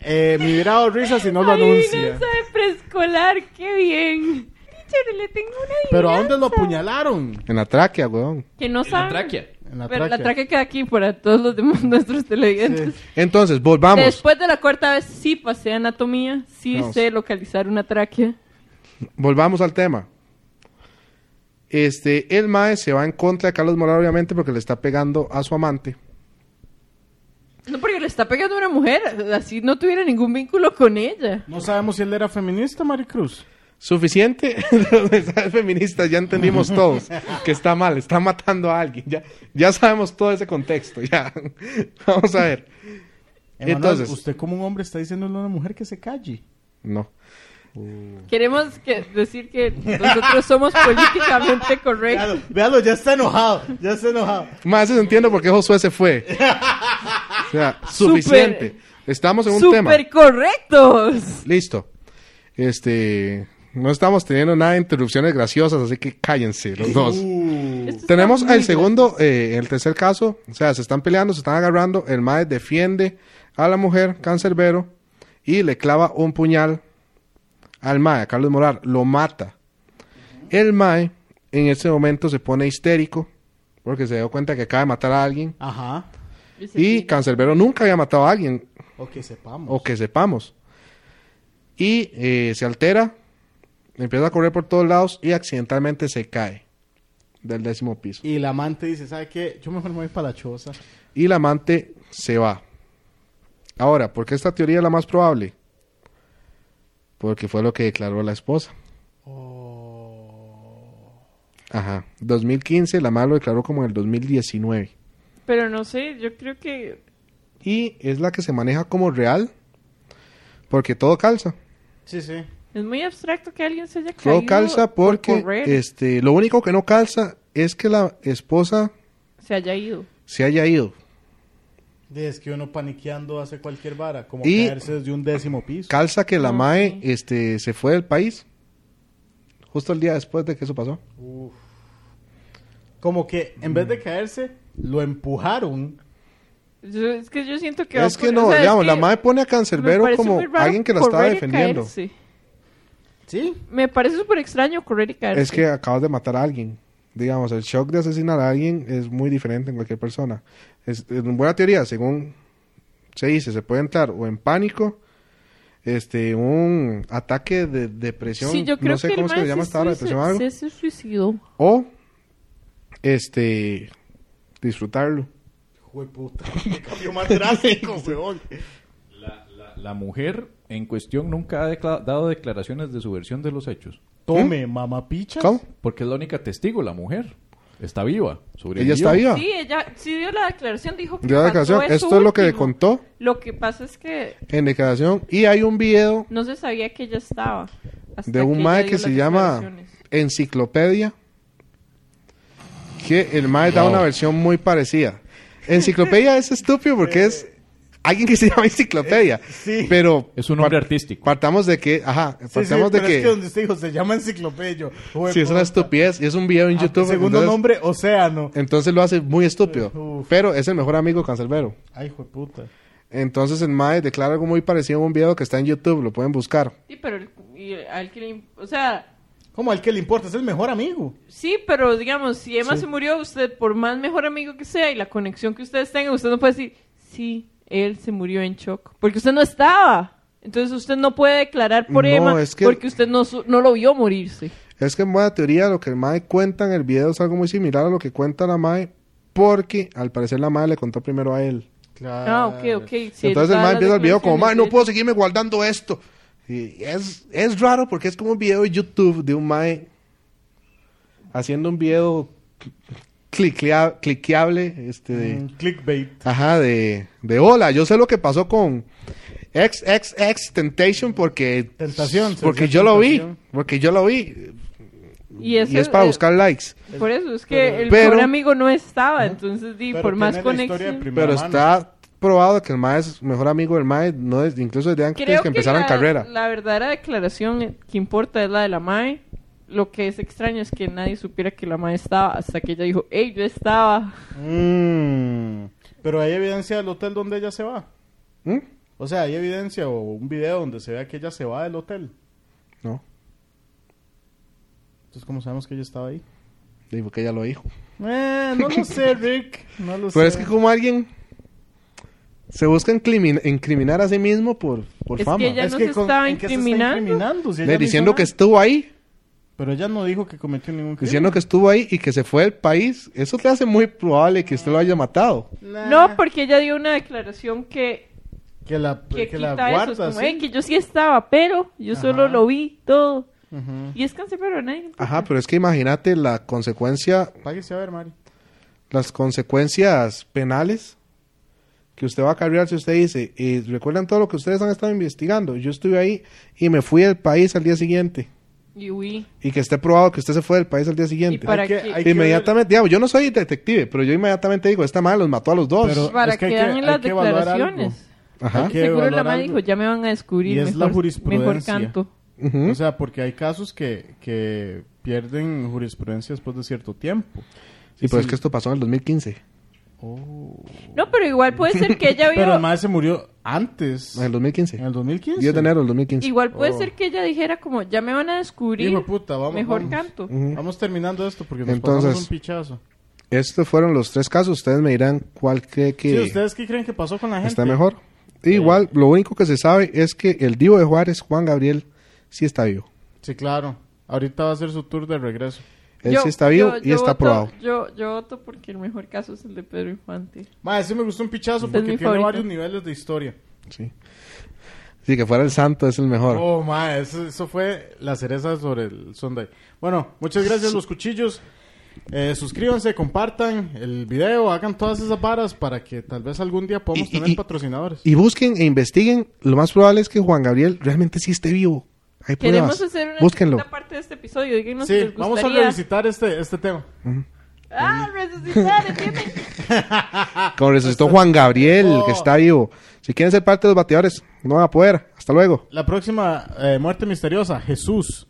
C: Eh, me hubiera dado risa si no lo
A: Ay,
C: anuncia.
A: adivinanza de preescolar, qué bien. Teacher, le tengo una adivinanza.
C: Pero ¿a dónde lo apuñalaron?
B: En la tráquea, weón.
A: Que no
D: En la
A: saben.
D: tráquea.
C: En la
A: Pero la
C: tráquea.
A: tráquea queda aquí para todos los demás *laughs* nuestros televidentes.
B: Entonces, volvamos.
A: Después de la cuarta vez sí pasé anatomía, sí
B: Vamos.
A: sé localizar una tráquea.
B: Volvamos al tema. Este, el Mae se va en contra de Carlos Moral, obviamente, porque le está pegando a su amante.
A: No, porque le está pegando a una mujer, así no tuviera ningún vínculo con ella.
C: No sabemos si él era feminista, Maricruz.
B: Suficiente. *laughs* Los mensajes feministas ya
D: *laughs*
B: entendimos todos que está mal, está matando a alguien. Ya, ya sabemos todo ese contexto. Ya. *laughs* Vamos a ver.
C: Emanuel,
B: Entonces-
C: usted como un hombre está diciéndole a una mujer que se calle.
B: No.
A: Queremos que, decir que nosotros
B: *laughs*
A: somos políticamente correctos.
C: véalo, ya está enojado, ya está enojado.
B: Más se entiende por qué Josué se fue. O sea, suficiente. Estamos en un tema.
A: ¡Súper correctos!
B: Listo. Este, no estamos teniendo nada de interrupciones graciosas, así que cállense los dos.
A: Esto está
B: Tenemos
A: muy
B: el segundo, eh, el tercer caso. O sea, se están peleando, se están agarrando. El mae defiende a la mujer, cancerbero, y le clava un puñal al mae, a Carlos Morar. Lo mata. El mae en ese momento se pone histérico porque se dio cuenta que acaba de matar a alguien.
C: Ajá,
A: gracioso.
B: Y cancerbero nunca había matado a alguien,
C: o que sepamos.
B: o que sepamos. Y eh, se altera, empieza a correr por todos lados y accidentalmente se cae del décimo piso.
C: Y la amante dice, ¿sabe qué? Yo mejor me voy para la choza.
B: y la amante se va. Ahora, ¿por qué esta teoría es la más probable? Porque fue lo que declaró la esposa.
C: Oh.
B: Ajá. 2015, la madre lo declaró como en el 2019.
A: Pero no sé, yo creo que...
B: Y es la que se maneja como real, porque todo calza.
C: Sí, sí.
A: Es muy abstracto que alguien se haya caído
B: Todo calza
A: por
B: porque
A: correr,
B: este, lo único que no calza es que la esposa
A: se haya ido.
B: se haya ido.
C: Es que uno paniqueando hace cualquier vara, como
B: Y-
C: caerse desde un décimo piso.
B: Calza que la
A: Ah,
B: mae
A: ok.
B: este, se fue del país justo el día después de que eso pasó.
C: Como que en vez de caerse, lo empujaron.
A: Yo- es que yo siento que... va
B: Es que
A: por- o
B: no,
A: sea, es
B: digamos,
A: que
B: la madre pone a
A: me
B: Cancerbero
A: parece
B: como
A: muy raro
B: alguien que la estaba
A: correr y
B: defendiendo.
A: caerse.
C: ¿Sí?
A: Me parece súper extraño correr y caerse.
B: Es que acabas de matar a alguien. Digamos, el shock de asesinar a alguien es muy diferente en cualquier persona. Es, es una buena teoría, según se dice, se puede entrar o en pánico, este, un ataque de depresión,
A: Sí, yo creo
B: no sé
A: que el
B: cómo es que
A: mae
B: le llama
A: se
B: hasta ahora,
A: suici-
B: depresión o algo,
A: se- se suicidó.
B: o este, disfrutarlo.
C: *laughs* Jue puta. Cambio más drástico, weón.
D: La, la, la mujer en cuestión nunca ha decla- dado declaraciones de su versión de los hechos.
C: Tome, mamapichas.
B: ¿Cómo?
D: Porque es la única testigo, la mujer. Está viva.
B: Ella
D: sobrevivió.
B: está viva.
A: Sí, ella sí dio la declaración, dijo que
B: Dio la
A: pasó
B: declaración.
A: eso
B: Esto es lo que
A: último.
B: contó.
A: Lo que pasa es que
B: En declaración. Y hay un video
A: no se sabía que ella estaba. hasta
B: de un
A: ella
B: mae
A: dio
B: que
A: las
B: se llama
A: declaraciones.
B: Enciclopedia. Que el mae da
D: Wow.
B: una versión muy parecida. Enciclopedia es estúpido porque
C: *laughs*
B: es alguien que se llama Enciclopedia.
C: Eh, sí.
B: Pero.
D: Es un nombre
B: par-
D: artístico.
B: Partamos de que. Ajá.
C: Sí, sí,
B: Partamos de
C: pero es que
B: que.
C: donde usted dijo, se llama enciclopedia. Jue-
B: Si es una
C: puta.
B: estupidez. Y es un video en
C: Ah,
B: YouTube.
C: Segundo
B: entonces-
C: nombre, Océano.
B: Entonces lo hace muy estúpido.
C: Uf.
B: Pero es el mejor amigo cancelbero.
C: Ay, jueputa.
B: Entonces el Mae declara algo muy parecido a un video que está en YouTube, lo pueden buscar.
A: Sí, pero el- y al que le imp- o sea,
C: ¿Cómo al que le importa? Es el mejor amigo.
A: sí, pero digamos, si Emma se murió, usted por más mejor amigo que sea y la conexión que ustedes tengan, usted no puede decir, sí, él se murió en shock, porque usted no estaba. Entonces usted no puede declarar por
B: No,
A: Emma
B: es que-
A: porque usted no, su- no lo vio morirse.
B: Es que en buena teoría lo que el Mae cuenta en el video es algo muy similar a lo que cuenta la Mae, porque al parecer la Mae le contó primero a él.
C: Claro.
A: Ah, ok, ok. sí,
B: Entonces el
A: estaba
B: Mae
A: las
B: empieza el video como, Mae,
A: declaraciones
B: no
A: de-
B: puedo seguirme guardando esto. Y es, es raro porque es como un video de YouTube de un Mae haciendo un video cl- cliclea- cliqueable, este, de-
C: Mm, clickbait.
B: Ajá, de, de hola, yo sé lo que pasó con XXX Temptation porque...
C: Tentación, se
B: Porque
C: decía
B: yo lo vi,
C: tentación.
B: porque yo lo vi.
A: Y, eso,
B: es para
A: eh,
B: buscar likes.
A: Por eso, es que el
B: Pero-
A: mejor amigo no estaba, entonces di,
C: Pero
A: por más
C: tiene la historia de
A: conexión.
C: primera
B: Pero
C: mano.
B: está probado que el maes, mejor amigo del maes, no es, incluso desde antes
A: Creo
B: que empezaran
A: la,
B: carrera.
A: la verdadera declaración que importa es la de la MAE. Lo que es extraño es que nadie supiera que la MAE estaba hasta que ella dijo, hey, yo estaba.
C: Mm, Pero hay evidencia del hotel donde ella se va.
B: ¿Mm?
C: O sea, hay evidencia o un video donde se vea que ella se va del hotel.
B: No,
C: Entonces, ¿cómo sabemos que ella estaba ahí?
B: digo que ya lo dijo.
C: Eh, no
B: *laughs*
C: lo sé, Rick. No lo
B: Pero es
C: sé.
B: que como alguien se busca incrimin- incriminar a sí mismo por, por
A: Es
B: fama.
A: que ella
C: Es
A: no
C: que
A: se
C: con-
A: estaba
C: ¿en qué se está
A: incriminando?
C: incriminando? Si
B: Le-
C: ella no hizo
B: diciendo que
C: nada.
B: estuvo ahí,
C: Pero ella no dijo que cometió ningún crimen.
B: diciendo que estuvo ahí y que se fue del país. Eso te hace muy probable que usted lo haya matado.
C: Nah.
A: No, porque ella dio una declaración que,
C: que la,
A: que,
C: que la
A: quita eso. es
C: guarda,
A: como,
C: sí.
A: "Ey, que yo sí estaba, pero yo solo
C: Ajá.
A: lo vi todo.
C: Ujú.
A: Y es cáncer, pero nadie.
B: Ajá, pero es que imagínate la consecuencia
C: Páguese a ver, Mari.
B: las consecuencias penales que usted va a cargar si usted dice, y recuerdan todo lo que ustedes han estado investigando, yo estuve ahí y me fui del país al día siguiente,
A: Y huí.
B: y que esté probado que usted se fue del país al día siguiente.
A: ¿Para
C: Hay que-
A: qué?
C: hay que
B: Inmediatamente, digamos, yo no soy detective, pero yo inmediatamente digo, esta madre los mató a los dos.
C: Pero-
A: Para
C: es que
A: que
C: hay que-
A: vean en las
C: hay que evaluar
A: declaraciones.
B: Ajá.
C: Hay que
A: Seguro la
C: evaluar
A: MAE
C: algo.
A: dijo, ya me van a descubrir.
C: Y es la
A: mejor- Mejor
C: jurisprudencia.
A: canto.
B: Ujú.
C: O sea, porque hay casos que, que pierden jurisprudencia después de cierto tiempo.
B: sí, pero pues es
C: sí.
B: que esto pasó en el 2015.
A: No, pero igual puede ser que
B: *laughs*
A: ella vio...
C: Oh. Pero el maestro se murió antes.
B: En el 2015.
C: En el 2015.
B: 10 de enero del 2015.
A: Igual puede
C: Oh.
A: ser que ella dijera como, ya me van a descubrir,
C: Hijo de puta, vamos,
A: mejor
C: vamos.
A: canto.
B: Ujú.
C: Vamos terminando esto porque nos
B: Entonces-
C: pasamos un pichazo.
B: Estos fueron los tres casos. Ustedes me dirán cuál cree que...
C: Sí, ¿ustedes qué creen que pasó con la gente?
B: Está mejor. Igual, lo único que se sabe es que el divo de Juárez, Juan Gabriel, sí está vivo.
C: Sí, claro. Ahorita va a ser su tour de regreso.
B: Él
A: Yo-
B: sí está vivo
A: yo-
B: y
A: yo
B: está
A: voto-
B: aprobado.
A: Yo, yo voto porque el mejor caso es el de Pedro Infante.
C: Ma, ese me gustó un pichazo
A: Es
C: porque
A: mi
C: tiene
A: favorito.
C: varios niveles de historia.
B: Sí. Sí, que fuera el santo es el mejor.
C: Oh, ma, eso, eso fue la cereza sobre el Sunday. Bueno, muchas gracias, los cuchillos. Eh, suscríbanse, compartan el video, hagan todas esas varas para que tal vez algún día podamos
B: Y- y-
C: tener
B: y-
C: patrocinadores.
B: Y busquen e investiguen. Lo más probable es que Juan Gabriel realmente sí esté vivo. Hay
A: Queremos
B: pruebas.
A: hacer una
B: Búsquenlo.
A: segunda parte de este episodio, díganos si
C: sí,
A: les
C: vamos a
A: gustaría.
C: revisitar este, este tema.
A: Ah, resucitar, ¿entienden?
B: Como resucitó Juan Gabriel,
C: Oh.
B: que está vivo. Si quieren ser parte de los bateadores, no van a poder. Hasta luego.
C: La próxima eh, muerte misteriosa, Jesús.